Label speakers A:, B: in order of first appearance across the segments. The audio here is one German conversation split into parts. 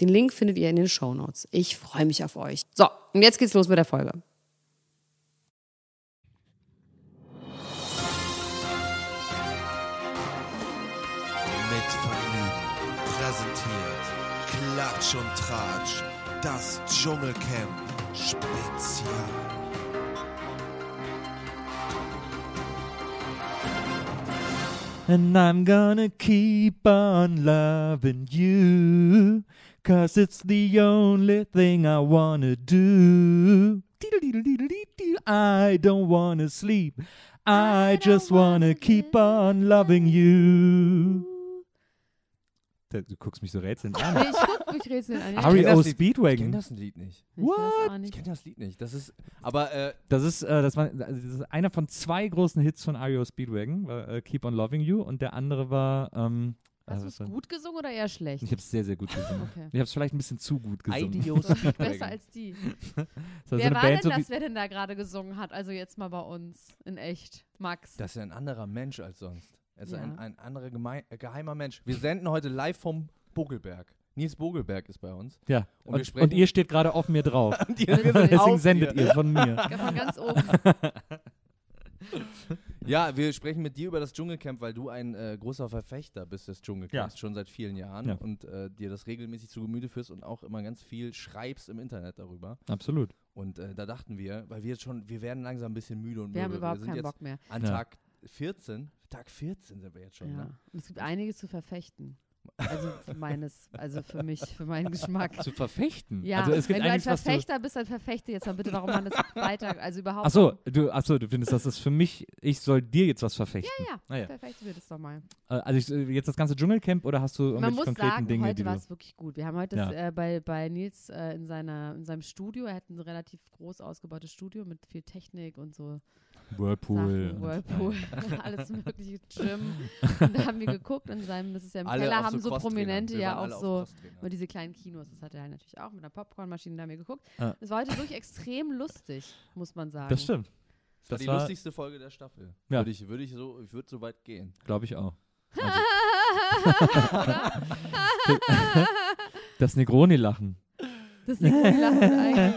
A: Den Link findet ihr in den Shownotes. Ich freue mich auf euch. So, und jetzt geht's los mit der Folge.
B: Mit Vergnügen präsentiert Klatsch und Tratsch, das Dschungelcamp Spezial.
C: And I'm gonna keep on loving you, cause it's the only thing I wanna do. Diddle-diddle-diddle-diddle. I don't wanna sleep, I just wanna keep on loving you. Da- Du guckst mich so rätselnd an.
D: Nee, ich guck mich rätseln an. Ja.
C: Harry
E: kenn
C: O.
E: das Lied. Ich kenne
C: Speedwagon.
E: das Lied nicht.
D: Ich weiß auch
E: Ich
D: nicht.
E: kenne das Lied nicht. Das ist, aber äh,
C: Das ist, äh, das, war, also das ist einer von zwei großen Hits von Ario Speedwagon, war, äh, Keep on Loving You und der andere war. Ähm,
D: Hast
C: äh,
D: du
C: was
D: es
C: war-
D: gut gesungen oder eher schlecht?
C: Ich habe es sehr, sehr gut gesungen.
D: Okay.
C: Ich habe es vielleicht ein bisschen zu gut gesungen.
E: Ideal
D: Besser
E: Speedwagon.
D: als die.
C: Das war so
D: wer
C: eine
D: war
C: Band,
D: denn
C: so wie-
D: das, wer denn da gerade gesungen hat? Also jetzt mal bei uns. In echt. Max.
E: Das ist ja ein anderer Mensch als sonst. Es ist
D: Ja.
E: ein, ein anderer gemein, äh, geheimer Mensch. Wir senden heute live vom Bogelberg. Nils Bogelberg ist bei uns.
C: Ja.
E: Und wir
C: Und, und,
E: sprechen-
C: ihr steht gerade auf mir drauf.
E: Und ihr sitzt
C: Deswegen
E: auf
C: sendet
E: hier.
C: ihr von mir.
D: Von ganz oben.
E: Ja, wir sprechen mit dir über das Dschungelcamp, weil du ein äh, großer Verfechter bist des Dschungelcamps,
C: Ja.
E: schon seit vielen Jahren
C: Ja.
E: und äh, dir das regelmäßig zu Gemüte führst und auch immer ganz viel schreibst im Internet darüber.
C: Absolut.
E: Und äh, da dachten wir, weil wir jetzt schon, wir werden langsam ein bisschen müde und müde.
D: Wir haben
E: wir
D: überhaupt
E: sind
D: keinen
E: jetzt
D: Bock mehr.
E: An
C: Ja.
E: Tag 14, Tag 14 sind wir jetzt schon,
D: Ja.
E: ne?
D: Und es gibt einiges zu verfechten. Also für meines, also für mich, für meinen Geschmack.
C: Zu verfechten.
D: Ja,
C: also es gibt
D: wenn du ein
C: einiges, was du.
D: Verfechter bist, dann verfechte jetzt mal bitte, warum man das weiter, also überhaupt.
C: Achso, du, achso, du findest, das ist für mich, ich soll dir jetzt was verfechten.
D: Ja, ja,
C: Ah, ja.
D: verfechte wir das doch mal.
C: Äh, Also ich, äh, jetzt das ganze Dschungelcamp oder hast du
D: Man
C: irgendwelche
D: muss
C: konkreten
D: sagen,
C: Dinge, die
D: heute war
C: du.
D: es wirklich gut. Wir haben heute das, äh, bei, bei Nils äh, in, seiner, in seinem Studio, er hat ein relativ groß ausgebautes Studio mit viel Technik und so
C: Whirlpool.
D: Sachen,
C: und-
D: Whirlpool, alles mögliche, Gym. Und da haben wir geguckt und in seinem, das ist ja im
E: Alle
D: Keller,
E: auf
D: haben so
E: Crosstrainern.
D: Prominente
E: Wir
D: ja
E: waren alle
D: auch
E: auf
D: so
E: Crosstrainern.
D: immer diese kleinen Kinos. Das hatte er halt natürlich auch mit einer Popcornmaschine, da haben wir geguckt.
C: Ah.
D: Es war heute wirklich extrem lustig, muss man sagen.
C: Das stimmt.
E: Das war
C: Das
E: die
C: war-
E: lustigste Folge der Staffel.
C: Ja.
E: Würde ich, würde ich so, ich würde so weit gehen.
C: Glaube ich auch. Also, das Negroni-Lachen.
D: Das ist eine coole Lache eigentlich.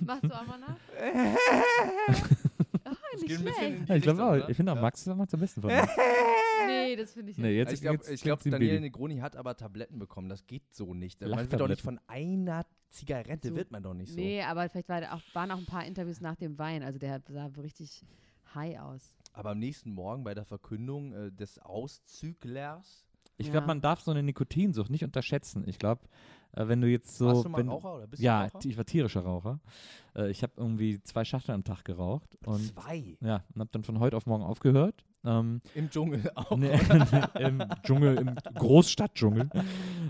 D: Machst du auch mal nach? oh, nicht schlecht.
C: Ja, ich glaube
E: ne?
C: auch. Ich finde auch, Max macht am besten von uns.
D: Nee, das finde ich nicht.
C: Nee, jetzt,
E: Also ich glaube,
C: jetzt
E: ich glaub,
C: klingt's im
E: Daniel
C: Baby.
E: Negroni hat aber Tabletten bekommen. Das geht so nicht. Man wird doch
C: Lachtabletten.
E: nicht von einer Zigarette
D: So.
E: wird man doch nicht so.
D: Nee, aber vielleicht war da auch, waren auch ein paar Interviews nach dem Wein. Also der sah richtig high aus.
E: Aber am nächsten Morgen bei der Verkündung äh, des Auszüglers.
C: Ich
D: Ja.
C: glaube, man darf so eine Nikotinsucht nicht unterschätzen. Ich glaube, äh, wenn du jetzt so.
E: warst du mal
C: wenn,
E: Raucher oder bist
C: ja,
E: du Raucher?
C: ich war tierischer Raucher. Äh, ich habe irgendwie zwei Schachteln am Tag geraucht und
E: Zwei
C: ja, und habe dann von heute auf morgen aufgehört. Ähm,
E: im Dschungel auch.
C: nee, Im Dschungel, im Großstadtdschungel.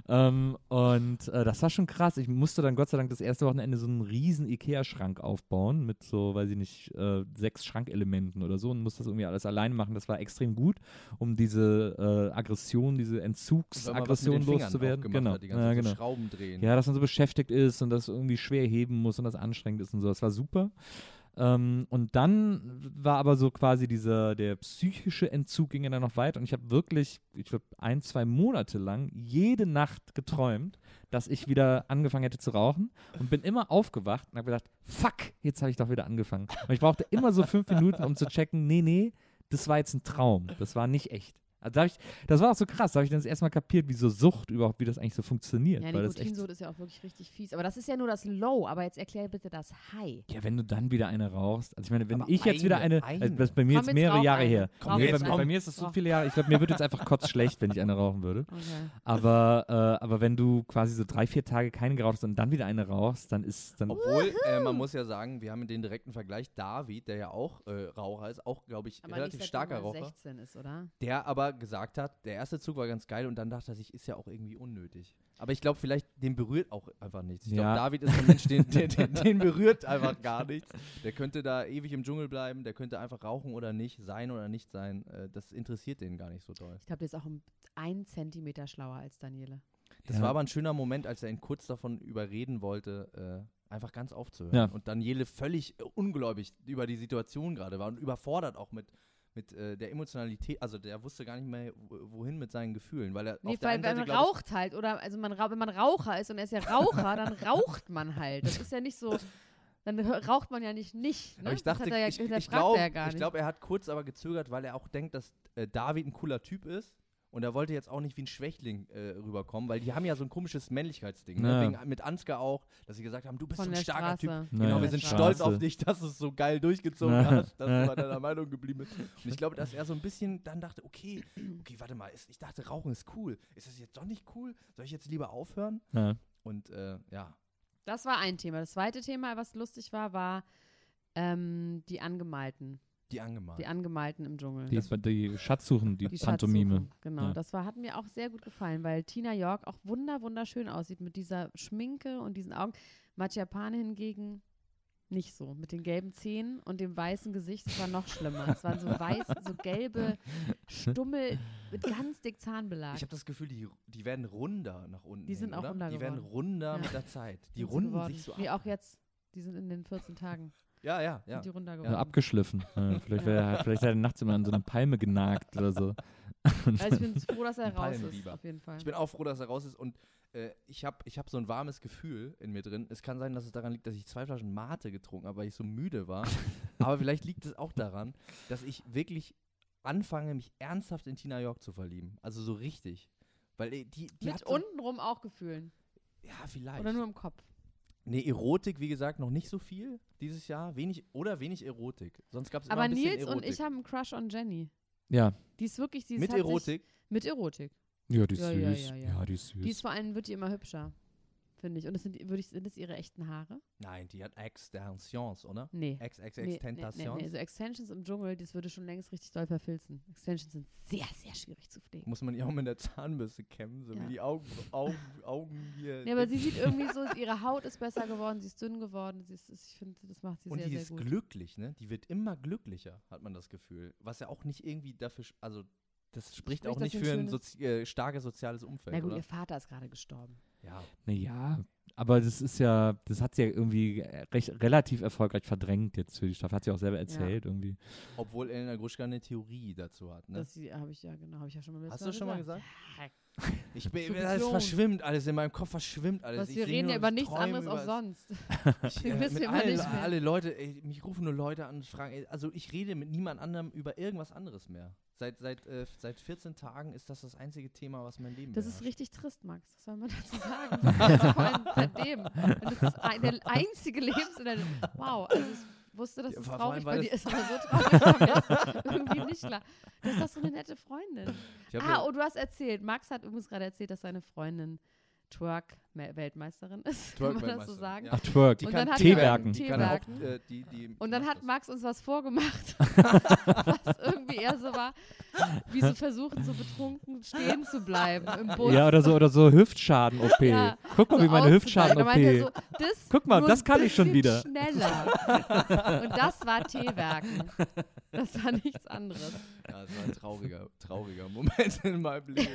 C: ähm, und äh, das war schon krass. Ich musste dann Gott sei Dank das erste Wochenende so einen riesen Ikea-Schrank aufbauen mit so, weiß ich nicht, äh, sechs Schrankelementen oder so und musste das irgendwie alles alleine machen. Das war extrem gut, um diese äh, Aggression, diese
E: Wenn man was mit den
C: Entszugsaggression
E: Fingern
C: loszuwerden.
E: aufgemacht
C: Genau.
E: Hat, die ganze
C: ja,
E: so
C: genau.
E: Schrauben drehen.
C: Ja, dass man so beschäftigt ist und das irgendwie schwer heben muss und das anstrengend ist und so. Das war super. Ähm, und dann war aber so quasi dieser, der psychische Entzug ging ja dann noch weiter und ich habe wirklich, ich glaube, ein, zwei Monate lang jede Nacht geträumt, dass ich wieder angefangen hätte zu rauchen und bin immer aufgewacht und habe gedacht, fuck, jetzt habe ich doch wieder angefangen. Und ich brauchte immer so fünf Minuten, um zu checken, nee, nee, das war jetzt ein Traum, das war nicht echt. Also da hab ich, das war auch so krass, da habe ich dann das erste Mal kapiert, wie so Sucht überhaupt, wie das eigentlich so funktioniert.
D: Ja,
C: weil das echt,
D: Nikotinsucht ist ja auch wirklich richtig fies. Aber das ist ja nur das Low. Aber jetzt erklär bitte das High.
C: ja, wenn du dann wieder eine rauchst, also ich meine, wenn
E: Aber
C: ich jetzt wieder eine,
E: eine, eine.
C: also das ist bei mir
D: Komm,
C: jetzt
D: jetzt
C: mehrere
D: rauch
C: Jahre
D: eine.
C: her.
D: Komm,
C: nee,
E: jetzt
C: bei,
E: komm.
C: bei mir ist das so
D: Rauch.
C: viele Jahre, ich glaube, mir wird jetzt einfach kotzschlecht, wenn ich eine rauchen würde.
D: Okay.
C: Aber, äh, aber wenn du quasi so drei, vier Tage keine geraucht hast und dann wieder eine rauchst, dann ist dann.
E: Obwohl, äh, man muss ja sagen, wir haben den direkten Vergleich. David, der ja auch äh, Raucher ist, auch, glaube ich,
D: Aber
E: relativ
D: nicht, seit
E: starker
D: man
E: Raucher,
D: 16 ist, oder?
E: der aber gesagt hat, der erste Zug war ganz geil und dann dachte er sich, ist ja auch irgendwie unnötig. Aber ich glaube, vielleicht, den berührt auch einfach nichts. Ich
C: Ja.
E: glaube, David ist so ein Mensch, den, den, den, den berührt einfach gar nichts. Der könnte da ewig im Dschungel bleiben, der könnte einfach rauchen oder nicht, sein oder nicht sein. Äh, das interessiert den gar nicht so doll.
D: Ich glaube, der ist auch um einen Zentimeter schlauer als Daniele.
E: Das
C: Ja.
E: war aber ein schöner Moment, als er ihn kurz davon überreden wollte, äh, einfach ganz aufzuhören.
C: Ja.
E: Und Daniele völlig äh, ungläubig über die Situation gerade war und überfordert auch mit, mit äh, der Emotionalität. Also der wusste gar nicht mehr, wo- wohin mit seinen Gefühlen, weil er
D: Nee,
E: auf der
D: weil
E: einen
D: weil
E: Seite,
D: man
E: glaub
D: raucht halt, oder? Also man, rau- wenn man Raucher ist und er ist ja Raucher, dann raucht man halt. Das ist ja nicht so, dann hö- raucht man ja nicht nicht.
E: ich,
D: Ne?
E: aber ich
D: Das
E: dachte,
D: hat er ja,
E: ich,
D: hinterfragt
E: ich glaube,
D: er ja gar
E: ich
D: nicht.
E: glaub, er hat kurz aber gezögert, weil er auch denkt, dass äh, David ein cooler Typ ist. Und er wollte jetzt auch nicht wie ein Schwächling äh, rüberkommen, weil die haben ja so ein komisches Männlichkeitsding.
C: Ja.
E: Ne? Wegen, mit Ansgar auch, dass sie gesagt haben, du bist
D: Von
E: so ein
D: der
E: starker Typ,
D: Straße.
C: Naja,
E: Genau, wir
D: Ja,
E: sind
D: schade.
E: stolz
C: Straße.
E: auf dich, dass du es so geil durchgezogen
C: Ja.
E: hast, dass du bei deiner Meinung geblieben bist. Und ich glaube, dass er so ein bisschen dann dachte, okay, okay, warte mal, ist, ich dachte, Rauchen ist cool. Ist das jetzt doch nicht cool? Soll ich jetzt lieber aufhören?
C: Ja.
E: Und äh, ja,
D: Das war ein Thema. Das zweite Thema, was lustig war, war ähm, die Angemalten.
E: die angemalt.
D: Die Angemalten im Dschungel.
C: Die, die Schatzsuchen, die,
D: Die
C: Pantomime.
D: Schatzsuchen, Genau,
C: Ja.
D: das war, hat mir auch sehr gut gefallen, weil Tina York auch wunder wunderschön aussieht mit dieser Schminke und diesen Augen. Matja Pane hingegen nicht so. Mit den gelben Zähnen und dem weißen Gesicht, das war noch schlimmer. Es waren so weiß, so gelbe Stummel mit ganz dick Zahnbelag.
E: ich habe das Gefühl, die, die werden runder nach unten.
D: Die sind
E: hin,
D: auch
E: oder?
D: runder
E: Die werden
D: geworden.
E: runder
D: Ja.
E: mit der Zeit. Die
D: Sind sie
E: runden
D: geworden.
E: sich so ab.
D: Wie auch jetzt. Die sind in den 14 Tagen
E: Ja, ja, ja.
D: sind die runter
C: Ja,
D: geworden.
C: abgeschliffen. Ja, vielleicht, wär, er- vielleicht hat er nachts immer an so einer Palme genagt oder so.
D: also ich bin froh, dass er
E: Ein
D: raus ist,
E: Palmenbiber.
D: auf jeden Fall.
E: Ich bin auch froh, dass er raus ist und äh, ich habe ich hab so ein warmes Gefühl in mir drin. Es kann sein, dass es daran liegt, dass ich zwei Flaschen Mate getrunken habe, weil ich so müde war. Aber vielleicht liegt es auch daran, dass ich wirklich anfange, mich ernsthaft in Tina York zu verlieben. Also so richtig. Weil äh, die, die
D: Mit
E: hat so,
D: untenrum auch Gefühlen.
E: Ja, vielleicht.
D: Oder nur im Kopf.
E: nee, Erotik, wie gesagt, noch nicht so viel dieses Jahr. Wenig oder wenig Erotik. Sonst gab es immer
D: Aber
E: ein bisschen
D: Nils und
E: Erotik.
D: ich haben einen Crush on Jenny.
C: Ja.
D: Die ist wirklich, die ist
E: Mit
D: hat sich-
E: Erotik.
D: Mit Erotik.
C: Ja, die
D: ist
C: ist
D: Ja, ja,
C: süß.
D: süß.
C: Ja,
D: ja, ja. Ja,
C: Ah, die ist süß.
D: Die ist vor allem, wird die immer hübscher, finde ich. Und das sind, würde ich, sind das ihre echten Haare?
E: Nein, die hat Extensions, oder?
D: Nee.
E: Ex, ex,
D: Nee,
E: ex,
D: nee, nee, nee. So Extensions im Dschungel, das würde schon längst richtig doll verfilzen. Extensions sind sehr, sehr schwierig zu pflegen.
E: Muss man ja auch mit der Zahnbürste kämmen, so
D: Ja.
E: wie die Augen, Augen, Augen hier.
D: Nee, aber sie sieht irgendwie so, ihre Haut ist besser geworden, sie ist dünn geworden. Sie ist, ich finde, das macht sie
E: und
D: sehr,
E: die
D: sehr
E: ist
D: gut.
E: glücklich, ne? Die wird immer glücklicher, hat man das Gefühl. Was ja auch nicht irgendwie dafür, sch- also das spricht,
D: Spricht
E: auch
D: das
E: nicht
D: ein
E: für ein
D: schönes-
E: sozi äh, starkes soziales Umfeld,
D: Na gut, ihr
E: oder?
D: Vater ist gerade gestorben.
E: Ja.
C: naja, aber das ist ja, das hat sie ja irgendwie recht, relativ erfolgreich verdrängt jetzt für die Staffel. Hat sie auch selber erzählt irgendwie.
E: Obwohl Elena Gruschka eine Theorie dazu hat, ne?
D: Das habe ich ja, genau, habe ich ja schon mal letztes
E: Hast du das schon mal
D: Ja,
E: Ich bin,
D: Subvention.
E: das verschwimmt alles, in meinem Kopf verschwimmt alles.
D: Was,
E: Ich
D: wir
E: seh
D: reden
E: Äh, nur
D: ja über
E: das
D: nichts
E: Träumen
D: anderes
E: über
D: auch
E: das-
D: sonst.
E: Ich,
D: Wir wissen
E: Äh, mit
D: immer
E: allen-
D: nicht mehr.
E: alle Leute, ey, mich rufen nur Leute an und fragen, ey, also ich rede mit niemand anderem über irgendwas anderes mehr. Seit, seit, äh, seit 14 Tagen ist das das einzige Thema, was mein Leben
D: Das ist
E: beherrscht.
D: richtig trist, Max. Was soll man dazu sagen? Also Vor allem seitdem. Und Das ist ein, der einzige Lebensinhalt. Wow, also ich wusste, dass
E: Ja,
D: es
E: vor allem,
D: traurig
E: weil
D: bei dir
E: das-
D: ist, aber so traurig war mir jetzt irgendwie nicht klar. Du hast doch so eine nette Freundin.
E: Ich hab
D: Ah,
E: ja-
D: und du hast erzählt, Max hat übrigens gerade erzählt, dass seine Freundin Twerk-Weltmeisterin ist. Kann man das so
E: Twerk-Weltmeisterin,
D: sagen?
E: ja.
C: Ach, Twerk.
E: Die
D: Und
E: kann
D: dann hat
E: Tee
C: er-
E: werken.
C: Tee
E: Die kann auch,
D: werken.
E: äh, die, die
D: Und dann
E: macht
D: hat
E: das.
D: Max uns was vorgemacht, was irgendwie eher so war, wie so versuchen, so betrunken stehen zu bleiben im Bus.
C: Ja, oder so, oder so Hüftschaden-OP.
D: Ja,
C: Guck mal,
D: so
C: wie meine
D: auszuteilen. Da
C: Hüftschaden-OP.
D: meinte er so, das
C: Guck mal,
D: nur
C: das
D: ein
C: kann ich schon
D: bisschen
C: wieder.
D: Schneller. Und das war Teewerken. Das war nichts anderes.
E: Ja, das war ein trauriger, trauriger Moment in meinem Leben.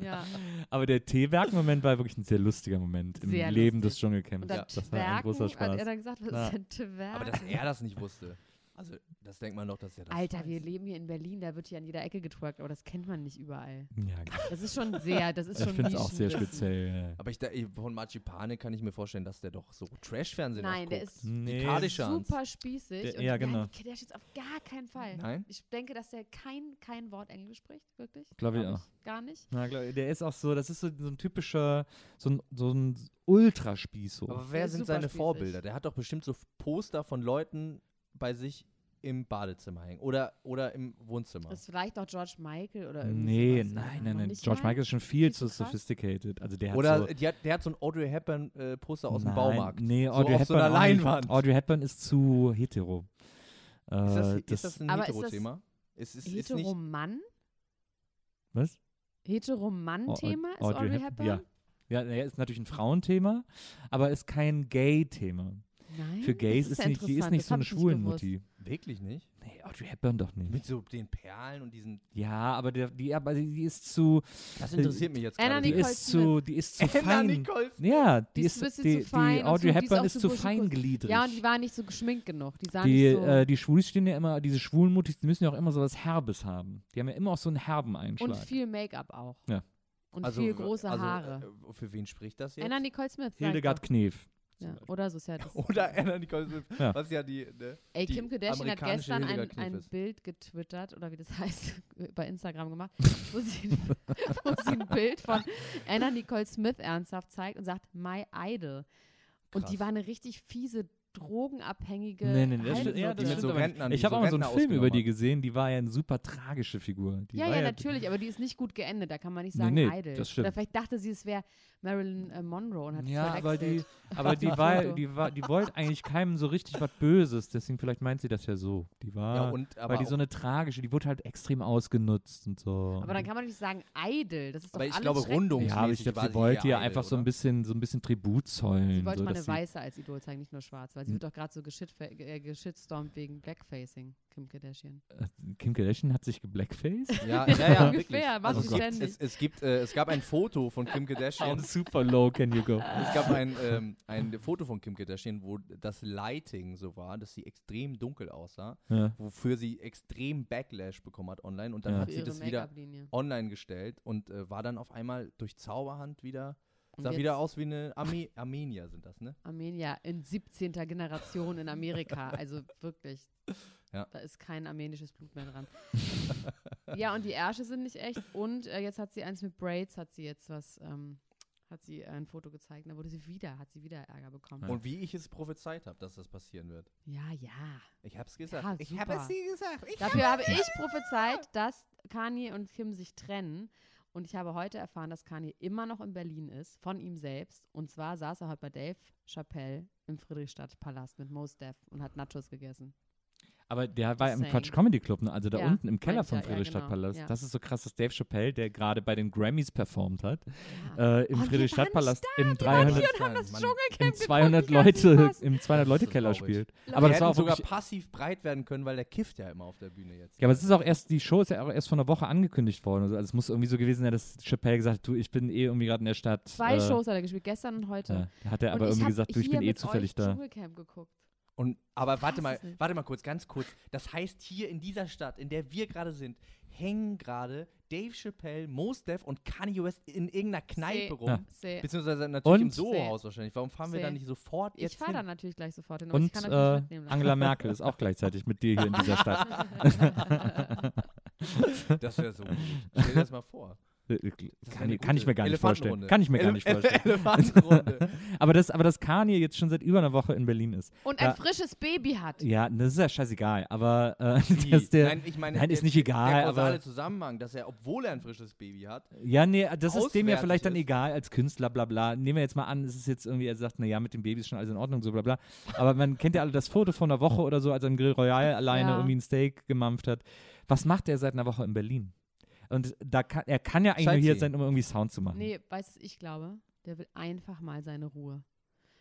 D: Ja.
C: Aber der Teewerk-Moment war wirklich ein sehr lustiger Moment im
D: Sehr
C: Leben
D: lustig.
C: des Dschungelcamps.
D: Und dann also
C: das war ein
D: Twerken,
C: großer
D: hat
C: Spaß.
D: er dann gesagt, was
C: Ja.
D: ist denn Twerken?
E: Aber dass er das nicht wusste. Also, das denkt man doch, dass ja das.
D: Ah. Alter, wir
E: weiß.
D: leben hier in Berlin, da wird hier an jeder Ecke getwerkt, aber das kennt man nicht überall.
C: Ja,
D: Das ist schon sehr, das ist
C: ich
D: schon
C: finde es auch sehr
D: Nischenwissen.
C: speziell.
E: Aber ich, da- ich- von Machipane kann ich mir vorstellen, dass der doch so Trash-Fernsehen auch
D: Nein, der
E: guckt.
D: ist
C: Nee.
E: Kardashians.
D: super spießig.
C: Der-
D: und
C: ja,
D: nein,
C: genau.
D: Der steht auf gar keinen Fall.
E: Nein?
D: Ich denke, dass der kein, kein Wort Englisch spricht, wirklich.
C: Glaub ich
D: Glaub Gar nicht.
C: Na, glaub, der ist auch so, das ist so, so ein typischer, so ein, so ein Ultraspieß. So.
E: Aber wer
D: ist
E: sind
D: super
E: seine
D: spießig.
E: Vorbilder? Der hat doch bestimmt so Poster von Leuten bei sich im Badezimmer hängen oder, oder im Wohnzimmer.
D: Das ist vielleicht noch George Michael oder irgendwie
C: Nee,
D: sowas.
C: nein,
D: Noch
C: nein, nein.
D: nicht
C: George
D: mal?
C: Michael ist schon viel
D: Nicht so
C: zu
D: krass?
C: sophisticated. Also der hat
E: Oder
C: so,
E: die hat, der hat so ein Audrey Hepburn-Poster aus
C: nein,
E: dem Baumarkt.
C: Nee,
E: so
C: Audrey
E: auf
C: Hepburn
E: so einer
C: auch nicht.
E: Leinwand.
C: Audrey Hepburn ist zu hetero. Äh,
E: Ist das, ist das ein
D: Aber ist das
E: Hetero-Thema? Ist, ist, ist nicht,
D: Heteromann?
C: was?
D: Heteromann-Thema ist
C: Au- Au-
D: Audrey, Hepburn?
C: Ja. Ja, naja, ist natürlich ein Frauenthema, aber ist kein Gay-Thema.
D: Nein,
C: Für Gays
D: das
C: ist,
D: ja
C: nicht, die ist
D: interessant,
C: nicht
D: das
C: so
D: hab
C: eine
D: ich nicht gewusst.
C: Schwulenmutti.
E: wirklich nicht.
C: Nee, Audrey Hepburn doch nicht.
E: Mit so den Perlen und diesen.
C: Ja, aber der, die, aber die die ist zu,
E: Das interessiert mich jetzt
D: Anna
E: gerade.
C: die
D: Nicole
C: ist zu, die ist zu fein.
E: Nicole.
C: Ja, die,
D: Die ist
C: ist,
D: ein bisschen
C: die,
D: zu fein
C: die
D: und
C: Audrey
D: so, die ist
C: Hepburn
D: auch
C: ist,
D: zu
C: zu
D: burschikos.
C: feingliedrig.
D: Ja, und die war nicht so geschminkt genug. Die sah
C: die,
D: nicht so.
C: äh, die Schwulis stehen ja immer, diese schwulen Muttis, die müssen ja auch immer so was Herbes haben. Die haben ja immer auch so einen herben Einschlag.
D: und viel Make-up auch.
C: Ja.
D: Und
E: Also,
D: viel große Haare.
E: äh, Für wen spricht das äh, jetzt?
D: Anna Nicole Smith. sag
C: Hildegard Knef.
D: ich doch. Ja. Oder so ist ja das.
E: Oder Anna Nicole Smith,
C: Ja.
E: was ja die, ne?
D: Ey,
E: die
D: Kim Kardashian hat
E: amerikanische
D: gestern ein,
E: Hildegard Knef
D: ein
E: ist.
D: Bild getwittert, oder wie das heißt, bei Instagram gemacht, wo sie, wo sie ein Bild von Anna Nicole Smith ernsthaft zeigt und sagt, my idol. Und die
E: Krass.
D: war eine richtig fiese, drogenabhängige
C: Nee, nee, das stimmt,
D: Halbsocke.
C: ja,
E: Die
C: das
E: mit
C: stimmt
E: so
C: aber nicht.
E: Rentnern, die
C: Ich habe
E: so
C: auch mal so einen
E: Rentner
C: Film über
E: ausgenommen
C: die
E: haben.
C: gesehen, die war ja eine super tragische Figur. Die
D: Ja,
C: war
D: ja, natürlich, aber die ist nicht gut geendet. Da kann man nicht sagen,
C: nee,
D: Idol.
C: das stimmt.
D: Oder vielleicht dachte sie, es wäre Marilyn äh, Monroe und hat es
C: Ja, aber die,
D: verwechselt.
C: aber die,
D: Foto.
C: war, die, war, die wollte eigentlich keinem so richtig was Böses, deswegen vielleicht meint sie das ja so. Die war,
E: Ja, und aber
C: weil die so
E: auch-
C: eine tragische, die wurde halt extrem ausgenutzt und so.
D: Aber dann kann man nicht sagen, Idol. Das ist doch
E: Aber ich
D: alles
E: glaube,
D: schrecklich.
E: Rundung-
C: ja, aber ich glaube,
E: Bildungsmäßig
C: sie
E: war sie
C: wollte
E: eher
C: ja
E: Idol,
C: einfach so ein
E: oder?
C: bisschen, so ein bisschen Tribut
D: Sie
C: zollen.
E: Hm,
D: wollte
C: so,
D: mal
C: dass
D: eine
C: sie,
D: Weiße als Idol zeigen, nicht nur Schwarz, weil sie wird doch gerade so geschitfa- äh, geschitstormt wegen Blackfacing, Kim Kardashian.
C: Kim Kardashian hat sich geblackfaced.
E: Ja, ja, ja,
D: Ungefähr,
E: wirklich.
D: macht
E: Also
D: sie
E: es, gibt,
D: ständig.
E: es, es, gibt, äh, es gab ein Foto von Kim
C: How
E: Kardashian.
C: super low can you go?
E: Es gab ein, ähm, ein Foto von Kim Kardashian, wo das Lighting so war, dass sie extrem dunkel aussah,
C: Ja.
E: wofür sie extrem Backlash bekommen hat online und dann
C: Ja.
E: hat
D: Für
E: sie
D: ihre
E: das wieder
D: Make-up-Linie.
E: online gestellt und äh, war dann auf einmal durch Zauberhand wieder,
D: Und
E: sah
D: jetzt
E: wieder aus wie eine Arme Armenier sind das, ne?
D: Armenier in 17. Generation in Amerika. Also wirklich.
E: Ja.
D: Da ist kein armenisches Blut mehr dran. ja, und die Ärsche sind nicht echt. Und äh, jetzt hat sie eins mit Braids, hat sie jetzt was, ähm, hat sie ein Foto gezeigt. Und da wurde sie wieder, hat sie wieder Ärger bekommen.
E: Und wie ich es prophezeit habe, dass das passieren wird.
D: Ja, ja.
E: Ich hab's gesagt.
D: Ja,
E: ich habe
D: super.
E: es dir gesagt. Ich
D: Dafür habe ich prophezeit, dass Kanye und Kim sich trennen. Und ich habe heute erfahren, dass Kanye immer noch in Berlin ist, von ihm selbst. Und zwar saß er heute bei Dave Chappelle im Friedrichstadtpalast mit Mos Def und hat Nachos gegessen.
C: Aber der war ja im
D: Just
C: Quatsch
D: saying.
C: Comedy Club, ne? also da
D: Ja,
C: unten im Keller
D: meinte
C: vom
D: ich ja, ja,
C: Friedrichstadtpalast.
D: genau, ja.
C: Das ist so krass, dass Dave Chappelle, der gerade bei den Grammys performt hat,
D: Ja.
C: äh, im
D: Und Ah. Oh, die
C: Friedrichstadtpalast im
E: waren hier
C: 300,
E: und haben das
D: Mann.
E: Dschungelcamp
C: im
D: geguckt,
C: 200
D: die ganzen
C: Leute
D: Spaß.
C: im 200 Leute Keller
E: traurig.
C: spielt. Aber
E: Die
C: das war
E: hätten
C: auch
E: sogar
C: wirklich,
E: passiv breit werden können, weil der kifft ja immer auf der Bühne jetzt.
C: ja, aber es ist auch erst die Show ist ja auch erst vor einer Woche angekündigt worden. Also es muss irgendwie so gewesen sein, dass Chappelle gesagt hat, du, ich bin eh irgendwie gerade in der Stadt.
D: Zwei
C: äh,
D: Shows hat er gespielt, gestern und heute.
C: Ja, da hat er
D: Und
C: aber
D: ich
C: irgendwie
D: hab
C: gesagt, du, ich
D: hier
C: bin eh
D: mit
C: zufällig
D: euch
C: da.
D: Dschungelcamp geguckt.
E: Und, aber warte
D: weiß
E: mal,
D: es nicht.
E: warte mal kurz, ganz kurz. Das heißt, hier in dieser Stadt, in der wir gerade sind, hängen gerade Dave Chappelle, Mos Def und Kanye West in irgendeiner Kneipe
D: See.
E: rum.
C: Ja.
D: Seh.
E: Beziehungsweise natürlich im
C: Und-
E: Soho-Haus wahrscheinlich. Warum fahren wir
D: See.
E: da nicht sofort jetzt
D: Ich fahre
E: hin?
D: dann natürlich gleich sofort hin, aber ich
C: Und
D: kann
C: äh,
D: natürlich mitnehmen. lassen.
C: Angela Merkel ist auch gleichzeitig mit dir hier in dieser Stadt.
E: Das wäre so gut. Stell dir das mal vor.
C: Äh,
E: Das wär
C: Kann,
E: eine
C: ich- kann ich
E: gute
C: mir gar nicht vorstellen.
E: Elefantenrunde.
C: Kann ich mir gar
E: Ele-
C: nicht vorstellen.
E: Elefantenrunde.
C: Aber das, aber dass Kanye jetzt schon seit über einer Woche in Berlin ist.
D: und ein
C: Ja.
D: frisches Baby hat.
C: Ja, das ist ja scheißegal. Aber äh,
E: Wie?
C: dass der.
E: nein, ich meine,
C: nein, ist
E: der-
C: nicht egal,
E: Der kausale
C: aber-
E: Zusammenhang, dass er, obwohl er ein frisches Baby hat,
C: ja, nee, das ist dem ja
E: auswertig
C: vielleicht dann
E: ist.
C: egal als Künstler, bla bla. Nehmen wir jetzt mal an, es ist jetzt irgendwie, er sagt, naja, mit dem Baby ist schon alles in Ordnung, so bla bla. Aber man kennt ja alle das Foto von einer Woche oder so, als er im Grill Royal alleine
D: Ja.
C: irgendwie ein Steak gemampft hat. Was macht er seit einer Woche in Berlin? Und da kann, er kann ja eigentlich nur hier
E: Sightseeing.
C: sein, um irgendwie Sound zu machen.
D: Nee, weißt du, was ich glaube, der will einfach mal seine Ruhe.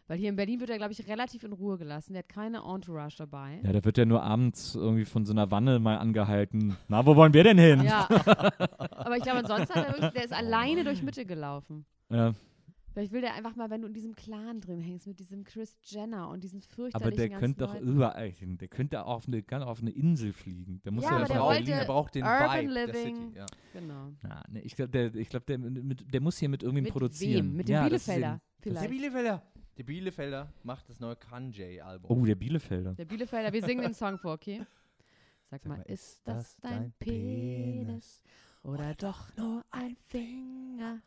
D: Weil hier in Berlin wird er, glaube ich, relativ in Ruhe gelassen. Der hat keine Entourage dabei.
C: Ja, da wird ja nur abends irgendwie von so einer Wanne mal angehalten. Na, wo wollen wir denn hin?
D: Ja. Aber ich glaube, ansonsten hat er wirklich, der ist alleine durch Mitte gelaufen.
C: Ja.
D: Vielleicht will der einfach mal, wenn du in diesem Clan drin hängst, mit diesem Chris Jenner und diesen fürchterlichen
C: Aber der
D: ganzen
C: könnte doch
D: Leuten.
C: überall hin. Der könnte auch auf eine, kann auf eine Insel fliegen. Der muss
D: Ja,
C: ja,
D: aber
C: nicht
D: der
C: nach
E: braucht,
D: wollte-
C: Berlin.
E: er Äh, braucht den
D: Urban
E: Vibe der
D: Living.
E: City. Ja.
D: Genau.
C: Na, nee, ne, ich glaube, der, ich glaub, der, mit- der muss hier mit irgendwem
D: Mit
C: produzieren.
D: wem? Mit dem
C: ja, das ist
D: Bielefelder
E: Der
D: vielleicht.
E: Bielefelder. Der Bielefelder macht das neue Kanjay-Album.
C: Eben, oh, der Bielefelder.
D: Der Bielefelder, wir singen den Song vor, okay? Sag, mal, ist das dein Penis oder doch nur ein Finger,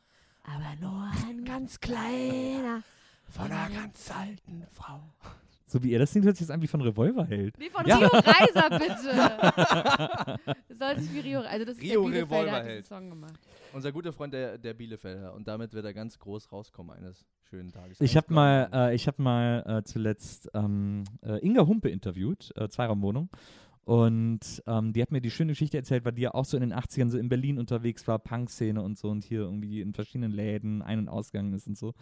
D: aber nur ein ganz kleiner?
E: Von einer ganz alten Frau.
C: So wie er das singt, hört sich das an wie von Revolverheld.
D: Nee, von
E: Ja.
D: Rio Reiser, bitte! Das soll sich wie Rio, also das ist
E: Rio
D: der Bielefelder, hat diesen
E: Revolverheld.
D: Song gemacht.
E: Unser guter Freund, der, der Bielefelder. Und damit wird er ganz groß rauskommen eines schönen Tages.
C: Ich habe mal, äh, ich hab mal äh, zuletzt ähm, äh, Inga Humpe interviewt, äh, Zweiraumwohnung. Und ähm, die hat mir die schöne Geschichte erzählt, weil die ja auch so in den 80ern so in Berlin unterwegs war, Punk-Szene und so und hier irgendwie in verschiedenen Läden ein- und ausgegangen ist und so.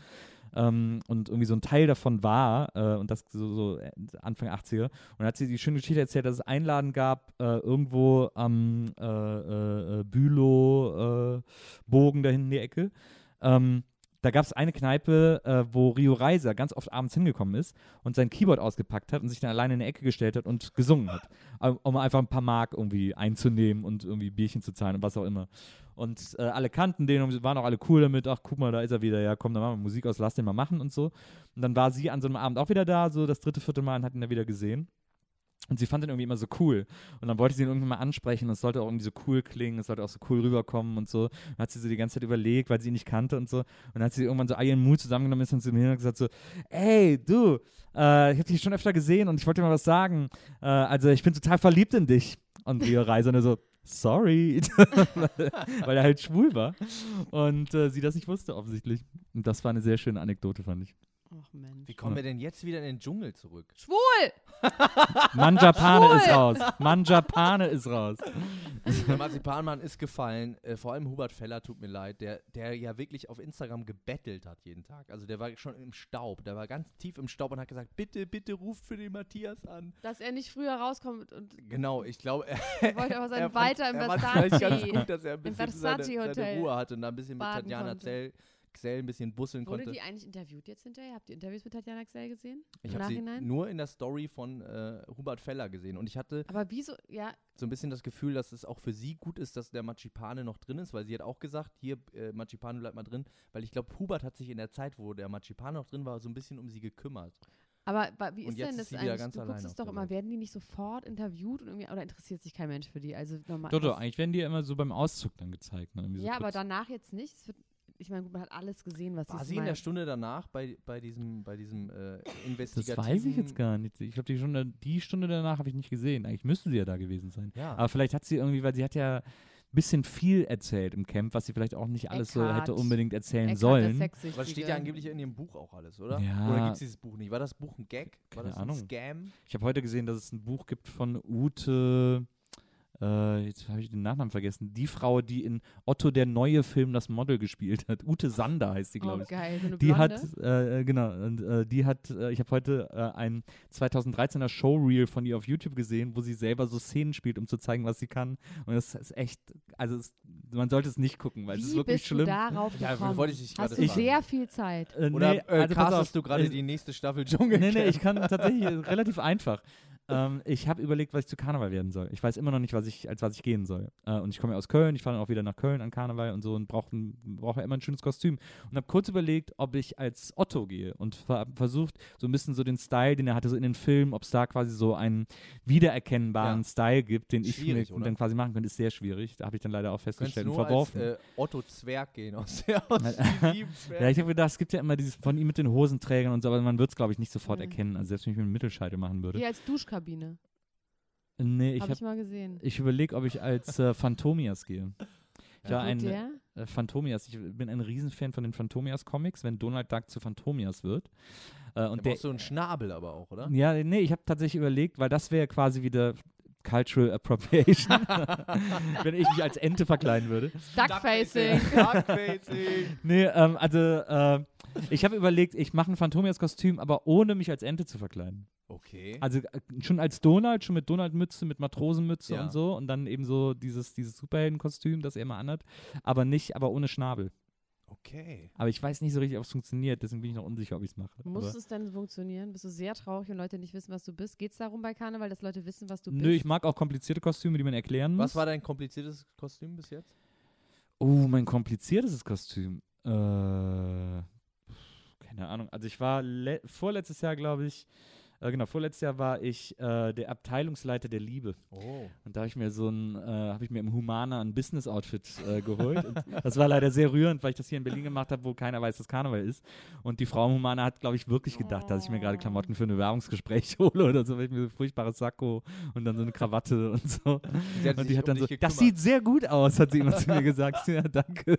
C: Ähm, und irgendwie so ein Teil davon war, äh, und das so, so äh, Anfang 80er. Und dann hat sie die schöne Geschichte erzählt, dass es einen Laden gab, äh, irgendwo am äh, äh, äh, Bülow-Bogen da hinten in die Ecke. Ähm, da gab es eine Kneipe, äh, wo Rio Reiser ganz oft abends hingekommen ist und sein Keyboard ausgepackt hat und sich dann alleine in eine Ecke gestellt hat und gesungen hat, um, um einfach ein paar Mark irgendwie einzunehmen und irgendwie Bierchen zu zahlen und was auch immer. Und äh, alle kannten den und waren auch alle cool damit, ach guck mal, da ist er wieder, ja komm, dann machen wir Musik aus, lass den mal machen und so. Und dann war sie an so einem Abend auch wieder da, so das dritte, vierte Mal und hat ihn da wieder gesehen. Und sie fand ihn irgendwie immer so cool. Und dann wollte sie ihn irgendwann mal ansprechen. Es sollte auch irgendwie so cool klingen, es sollte auch so cool rüberkommen und so. Und dann hat sie so die ganze Zeit überlegt, weil sie ihn nicht kannte und so. Und dann hat sie irgendwann so all ihren Mut zusammengenommen ist und zu mir gesagt so, ey, du, äh, ich habe dich schon öfter gesehen und ich wollte dir mal was sagen. Äh, also ich bin total verliebt in dich. Und Rio Reiser nur so, sorry. weil er halt schwul war. Und äh, sie das nicht wusste offensichtlich. Und das war eine sehr schöne Anekdote, fand ich.
D: Ach Mensch.
E: Wie kommen wir denn jetzt wieder in den Dschungel zurück?
D: Schwul!
C: Manjapane
D: Schwul!
C: ist raus. Manjapane ist raus.
E: Der Marzipanmann ist gefallen. Äh, vor allem Hubert Feller tut mir leid, der, der ja wirklich auf Instagram gebettelt hat jeden Tag. Also der war schon im Staub. Der war ganz tief im Staub und hat gesagt, bitte, bitte ruft für den Matthias an.
D: Dass er nicht früher rauskommt und
E: Genau, ich glaube, er,
D: er wollte aber
E: er
D: sein
E: fand-
D: Walter im
E: er fand vielleicht ganz
D: Versace.
E: gut, dass er ein bisschen seine, seine
D: Versace-Hotel
E: Ruhe hatte und da ein bisschen mit
D: baden
E: Tatjana
D: konnte.
E: Zell, Zell ein bisschen busseln
D: Wurde
E: konnte.
D: die eigentlich interviewt jetzt hinterher? Habt ihr Interviews mit Tatjana Xell gesehen?
E: Ich
D: Im
E: habe sie
D: Nachhinein?
E: nur in der Story von äh, Hubert Feller gesehen und ich hatte
D: Aber wieso, ja,
E: so ein bisschen das Gefühl, dass es auch für sie gut ist, dass der Machipane noch drin ist, weil sie hat auch gesagt, hier, äh, Machipane bleibt mal drin, weil ich glaube, Hubert hat sich in der Zeit, wo der Machipane noch drin war, so ein bisschen um sie gekümmert.
D: aber wa- wie
E: Und
D: ist
E: jetzt
D: denn
E: ist
D: das
E: sie wieder
D: eigentlich?
E: ganz
D: Du
E: allein
D: guckst es
E: auf
D: doch
E: der
D: immer,
E: Welt.
D: werden die nicht sofort interviewt und irgendwie, oder interessiert sich kein Mensch für die? Also normal.
C: Doch, doch,
D: das-
C: eigentlich werden die ja immer so beim Auszug dann gezeigt. Ne? Irgendwie so
D: Ja, aber
C: kurz.
D: danach jetzt nicht. Es wird, ich meine, gut, man hat alles gesehen, was
E: War
D: dieses
E: sie in
D: Mal-
E: der Stunde danach bei, bei diesem, bei diesem äh, investigativen...
C: Das weiß ich jetzt gar nicht. Ich glaube, die Stunde, die Stunde danach habe ich nicht gesehen. Eigentlich müsste sie ja da gewesen sein.
E: Ja,
D: Ah.
C: Aber vielleicht hat sie irgendwie, weil sie hat ja ein bisschen viel erzählt im Camp, was sie vielleicht auch nicht alles so hätte
D: Eckart.
C: unbedingt erzählen
D: Eckhard,
C: sollen.
D: der
E: aber es steht ja
D: Sexsüchtige.
E: angeblich in ihrem Buch auch alles, oder?
C: Ja.
E: Oder gibt es dieses Buch nicht? War das Buch ein Gag? War
C: Keine
E: das
C: Ahnung.
E: ein Scam?
C: Ich habe heute gesehen, dass es ein Buch gibt von Ute, äh, jetzt habe ich den Nachnamen vergessen, die Frau, die in Otto der neue Film das Model gespielt hat. Ute Sander heißt sie, glaube
D: Oh,
C: ich.
D: geil, so eine
C: Die
D: Blonde.
C: hat, äh, äh, genau, und äh, die hat, äh, ich habe heute äh, ein 2013er Showreel von ihr auf YouTube gesehen, wo sie selber so Szenen spielt, um zu zeigen, was sie kann. Und das ist echt, also es, man sollte es nicht gucken, weil es
D: Wie
C: ist wirklich
D: bist
C: schlimm.
D: du darauf
E: Ja,
D: gekommen?
E: wollte ich dich gerade
D: Hast du
E: fragen.
D: sehr viel Zeit.
C: Äh,
E: Oder
C: nee,
E: äh,
C: also pass auf,
E: castest du gerade
C: es-
E: die nächste Staffel Dschungel?
C: Nee, nee, ich kann tatsächlich äh, relativ einfach. Ähm, ich habe überlegt, was ich zu Karneval werden soll. Ich weiß immer noch nicht, was ich, als was ich gehen soll. Äh, und ich komme ja aus Köln, ich fahre dann auch wieder nach Köln an Karneval und so und brauche brauch ja immer ein schönes Kostüm. Und habe kurz überlegt, ob ich als Otto gehe und ver versucht, so ein bisschen so den Style, den er hatte, so in den Filmen, ob es da quasi so einen wiedererkennbaren
E: Ja.
C: Style gibt, den
E: Schwierig,
C: ich mir
E: oder?
C: dann quasi machen könnte. Ist sehr schwierig. Da habe ich dann leider auch
E: Könntest du
C: festgestellt und
E: nur
C: verworfen.
E: als äh, Otto Zwerg gehen aus der aus den sieben Zwergen.
C: Ja, ich habe gedacht, es gibt ja immer dieses von ihm mit den Hosenträgern und so, aber man wird es, glaube ich, nicht sofort
D: Mhm.
C: erkennen. Also selbst wenn ich mir einen Mittelscheitel machen würde.
D: Hier als Duschkabine.
C: Nee, ich
D: Hab
C: habe
D: ich mal gesehen.
C: Ich überlege, ob ich als äh, Phantomias gehe. Ich war
D: Wo
C: ein äh,
D: der?
C: Phantomias. Ich bin ein Riesenfan von den Phantomias-Comics, wenn Donald Duck zu Phantomias wird. Äh,
E: Und
C: und
E: der
C: der,
E: brauchst du einen Schnabel aber auch, oder?
C: ja, nee, ich habe tatsächlich überlegt, weil das wäre quasi wieder Cultural Appropriation, wenn ich mich als Ente verkleiden würde.
D: Duckfacing.
E: Duckfacing.
C: Nee, ähm, also äh, ich habe überlegt, ich mache ein Phantomias-Kostüm, aber ohne mich als Ente zu verkleiden.
E: Okay.
C: Also äh, schon als Donald, schon mit Donald-Mütze, mit Matrosenmütze
E: Ja.
C: und so und dann eben so dieses, dieses Superheldenkostüm, das er immer anhat, aber nicht, aber ohne Schnabel.
B: Okay.
C: Aber ich weiß nicht so richtig, ob es funktioniert, deswegen bin ich noch unsicher, ob ich es mache.
D: Muss
C: Aber-
D: es denn funktionieren? Bist du sehr traurig und Leute nicht wissen, was du bist? Geht es darum bei Karneval, dass Leute wissen, was du
C: Nö, ich
D: bist?
C: mag auch komplizierte Kostüme, die man erklären muss.
E: Was war dein kompliziertes Kostüm bis jetzt?
C: Oh, mein kompliziertes Kostüm. Äh, keine Ahnung. Also ich war le- vorletztes Jahr, glaube ich, äh, genau, vorletztes Jahr war ich äh, der Abteilungsleiter der Liebe.
E: Oh.
C: Und da habe ich mir so ein, äh, habe ich mir im Humana ein Business-Outfit äh, geholt. Und das war leider sehr rührend, weil ich das hier in Berlin gemacht habe, wo keiner weiß, dass Karneval ist. Und die Frau im Humana hat, glaube ich, wirklich gedacht, dass ich mir gerade Klamotten für ein Bewerbungsgespräch hole oder so, weil ich mir so ein furchtbares Sakko und dann so eine Krawatte und so.
E: Sie hat
C: Und
E: sich
C: die
E: um
C: hat dann
E: dich
C: so,
E: gekümmert.
C: das sieht sehr gut aus, hat sie immer zu mir gesagt. Ja, danke.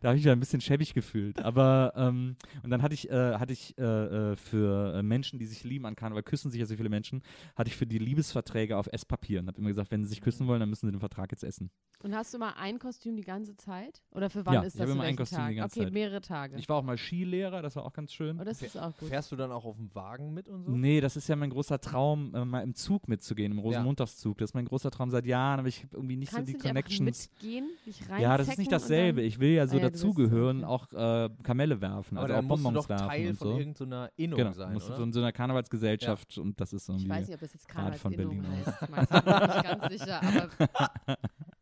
C: Da habe ich mich ein bisschen schäbig gefühlt. Aber, ähm, und dann hatte ich, äh, hatte ich äh, äh, für äh, Menschen, die sich lieben an Karneval, küssen sich ja so viele Menschen, hatte ich für die Liebesverträge auf Esspapier und habe immer gesagt, wenn sie sich küssen wollen, dann müssen sie den Vertrag jetzt essen.
D: Und hast du mal ein Kostüm die ganze Zeit? Oder für wann
C: Ja, ich
D: ist das?
C: habe
D: für
C: immer ein
D: welchen
C: Kostüm
D: Tag?
C: die ganze
D: okay,
C: Zeit.
D: mehrere Tage.
C: Ich war auch mal Skilehrer, das war auch ganz schön.
D: oh, das ist auch gut.
E: Fährst du dann auch auf dem Wagen mit und so?
C: Nee, das ist ja mein großer Traum, äh, mal im Zug mitzugehen, im Rosenmontagszug. Das ist mein großer Traum seit Jahren, aber ich habe irgendwie nicht
D: Kannst
C: so
D: du
C: die
D: nicht einfach
C: Connections.
D: mitgehen? Dich rein
C: Ja, das ist nicht dasselbe. Ich will ja so
D: Ah ja, du willst so,
C: dazugehören,
D: okay.
C: auch äh, Kamelle werfen,
E: Aber
C: also auch
E: dann musst du
C: Bonbons
E: doch
C: werfen
E: Teil
C: und so.
E: von irgendeiner Innung
C: genau,
E: sein,
C: musst du
E: oder?
C: von so einer Karnevalsgesellschaft und das ist irgendwie.
D: Ich weiß nicht, ob das jetzt
C: Art von
D: Karnevalsinnung
C: Berlin.
D: heißt. Max, Ich bin mir nicht ganz sicher, aber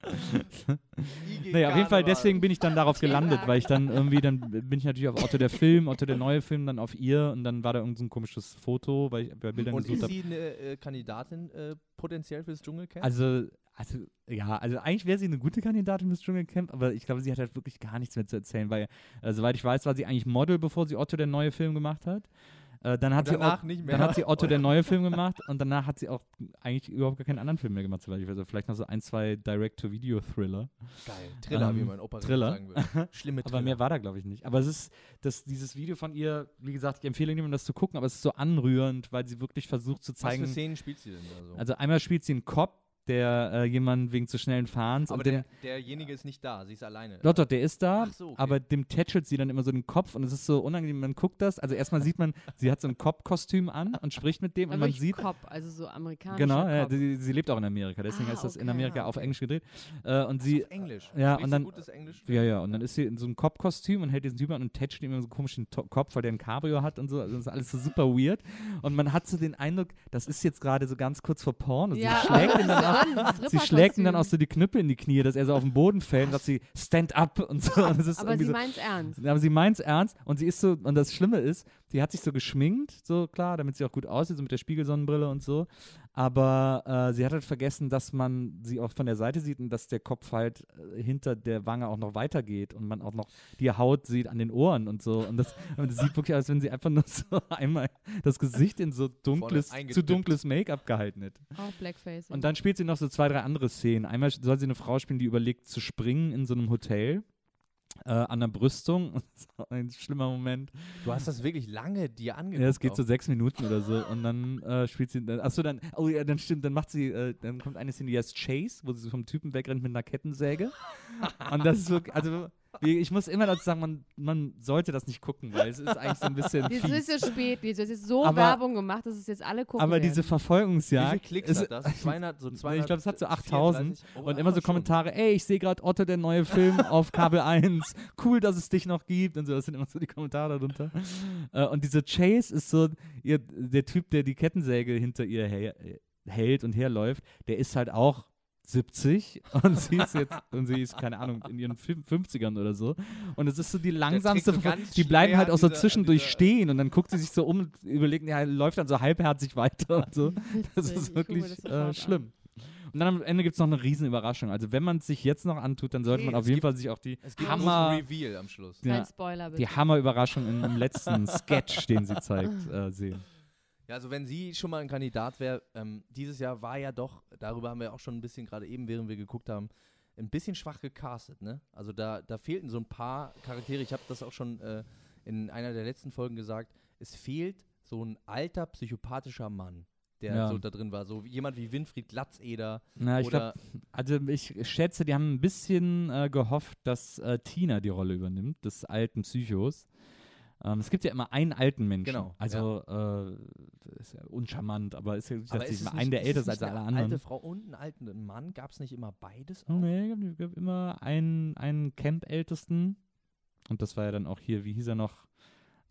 E: IG
C: Naja, auf jeden Fall,
E: Karneval.
C: deswegen bin ich dann darauf gelandet, weil ich dann irgendwie, dann bin ich natürlich auf Otto der Film, Otto der neue Film, dann auf ihr und dann war da irgendein so ein komisches Foto, weil ich bei Bildern
E: Und
C: gesucht
E: ist
C: habe.
E: sie eine äh, Kandidatin äh, potenziell fürs Dschungelcamp?
C: Also, also, ja, also eigentlich wäre sie eine gute Kandidatin fürs Dschungelcamp, aber ich glaube, sie hat halt wirklich gar nichts mehr zu erzählen, weil, äh, soweit ich weiß, war sie eigentlich Model, bevor sie Otto der neue Film gemacht hat. Äh, dann hat
E: Und danach
C: sie Ot-
E: nicht mehr.
C: Dann hat sie Otto der neue Film gemacht und danach hat sie auch eigentlich überhaupt gar keinen anderen Film mehr gemacht, soweit ich weiß. Also vielleicht noch so ein, zwei Direct-to-Video-Thriller.
E: Geil. Triller, wie
C: Ähm,
E: mein Opa
C: Thriller.
E: sagen würde. Schlimme Triller.
C: Aber mehr war da, glaube ich, nicht. Aber es ist, das, dieses Video von ihr, wie gesagt, ich empfehle niemandem das zu gucken, aber es ist so anrührend, weil sie wirklich versucht zu
E: Was
C: zeigen.
E: für Szenen spielt sie denn da so?
C: Also einmal spielt sie einen Cop, der äh, jemanden wegen zu schnellen Fahrens
E: aber
C: und dem,
E: der, derjenige ist nicht da, sie ist alleine.
C: Doch, doch, der ist da,
E: Ach so, okay.
C: aber dem tätschelt sie dann immer so den Kopf und es ist so unangenehm, man guckt das. Also erstmal sieht man, sie hat so ein Cop-Kostüm an und spricht mit dem
D: aber
C: und man
D: wirklich
C: sieht.
D: Cop, also so amerikanisch.
C: Genau, ja, sie, sie lebt auch in Amerika, deswegen
D: Ah,
C: ist das in
D: okay,
C: Amerika
D: ah,
C: auf
E: okay.
C: Englisch gedreht. Äh, und
E: Sie
C: sie.
E: auf Englisch.
C: ja,
E: Spricht
C: und
E: sie
C: dann-
E: gutes Englisch.
C: Ja, ja, und dann ist sie in so einem Cop-Kostüm und hält diesen Typen an und tätschelt ihm immer so einen komischen To- Kopf, weil der einen Cabrio hat und so. Also das ist alles so super weird. Und man hat so den Eindruck, das ist jetzt gerade so ganz kurz vor Porn. Und
D: Ja,
C: sie schlägt
D: aber
C: ihn
D: das
C: dann auch
D: ist an, das
C: Sie
D: Stripperkostüm.
C: schlägt ihm dann auch so die Knüppel in die Knie, dass er so auf den Boden fällt und sagt sie, stand up und so. Und das ist
D: Aber
C: irgendwie so,
D: sie meint's ernst.
C: aber sie meint's ernst und sie ist so, und das Schlimme ist, sie hat sich so geschminkt, so klar, damit sie auch gut aussieht, so mit der Spiegelsonnenbrille und so. Aber äh, sie hat halt vergessen, dass man sie auch von der Seite sieht und dass der Kopf halt äh, hinter der Wange auch noch weitergeht und man auch noch die Haut sieht an den Ohren und so. Und das, und das sieht wirklich aus, als wenn sie einfach nur so einmal das Gesicht in so dunkles, zu
E: eingetippt.
C: dunkles Make-up gehalten hätte.
D: Auch Blackface.
C: Und dann spielt sie noch so zwei, drei andere Szenen. Einmal soll sie eine Frau spielen, die überlegt zu springen in so einem Hotel äh, an der Brüstung. Das war ein schlimmer Moment.
E: Du hast das wirklich lange dir angeguckt.
C: Ja, es geht so
E: auch.
C: sechs Minuten oder so. Und dann äh, spielt sie. dann- Achso, dann. Oh ja, dann stimmt. Dann macht sie. Äh, dann kommt eine Szene, die heißt Chase, wo sie vom Typen wegrennt mit einer Kettensäge. Und das ist wirklich. Also, wie- ich muss immer dazu sagen, man, man sollte das nicht gucken, weil es ist eigentlich so ein bisschen.
D: Jetzt
C: Fies.
D: ist es spät, Lisa. Jetzt ist so
C: Aber-
D: Werbung gemacht, dass es jetzt alle gucken
C: Aber
D: werden.
C: diese
E: Wie viele
C: Verfolgungsjagd.
E: Klicks
C: ist-
E: hat das? 200, so
C: Nee,
E: 200,
C: ich glaube, es hat so 8000
E: Oh,
C: und immer
E: ah,
C: so
E: schon.
C: Kommentare, ey, ich sehe gerade Otto, der neue Film auf Kabel 1, cool, dass es dich noch gibt und so, das sind immer so die Kommentare darunter. Äh, und diese Chase ist so, ihr, der Typ, der die Kettensäge hinter ihr her, äh, hält und herläuft, der ist halt auch 70 und sie ist jetzt, und sie ist, keine Ahnung, in ihren Fün- 50ern oder so. Und es ist so die langsamste,
E: trägt so
C: Ver-
E: ganz
C: die bleiben
E: schwer
C: halt
E: an
C: auch so
E: dieser- an
C: zwischendurch
E: dieser-
C: stehen und dann guckt sie sich so um und überlegt, ja, läuft dann so halbherzig weiter und so. Das
D: Witzig, ich
C: ist
D: guck mir
C: wirklich
D: das sofort
C: äh,
D: an.
C: schlimm. Und dann am Ende gibt es noch eine riesen Überraschung. Also wenn man es sich jetzt noch antut, dann sollte
E: Okay,
C: man auf
E: es
C: jeden
E: gibt-
C: Fall sich auch die
E: Es gibt einen
C: Hammer,
E: großen Reveal am Schluss.
C: ja,
D: Kein Spoiler, bitte.
C: die Hammerüberraschung in, im letzten Sketch, den sie zeigt, äh, sehen.
E: Ja, also wenn sie schon mal ein Kandidat wäre, ähm, dieses Jahr war ja doch, darüber haben wir auch schon ein bisschen gerade eben, während wir geguckt haben, ein bisschen schwach gecastet, ne? Also da, da fehlten so ein paar Charaktere, ich habe das auch schon äh, in einer der letzten Folgen gesagt, es fehlt so ein alter psychopathischer Mann, der
C: Ja.
E: so da drin war, so wie- jemand wie Winfried Glatzeder
C: Na, ich
E: oder
C: glaube, also ich schätze, die haben ein bisschen äh, gehofft, dass äh, Tina die Rolle übernimmt, des alten Psychos. Ähm, es gibt ja immer einen alten Menschen.
E: Genau,
C: Also äh, das ist ja uncharmant, aber ist ja nicht, dass
E: aber
C: die
E: ist es
C: immer
E: nicht-
C: einen der
E: ist es
C: älter ist
E: nicht
C: als alle
E: eine
C: anderen.
E: alte Frau und einen alten Mann, Oh. gab es nicht immer beides auch?
C: Nee, es gibt immer einen, einen Camp-Ältesten Und das war ja dann auch hier, wie hieß er noch?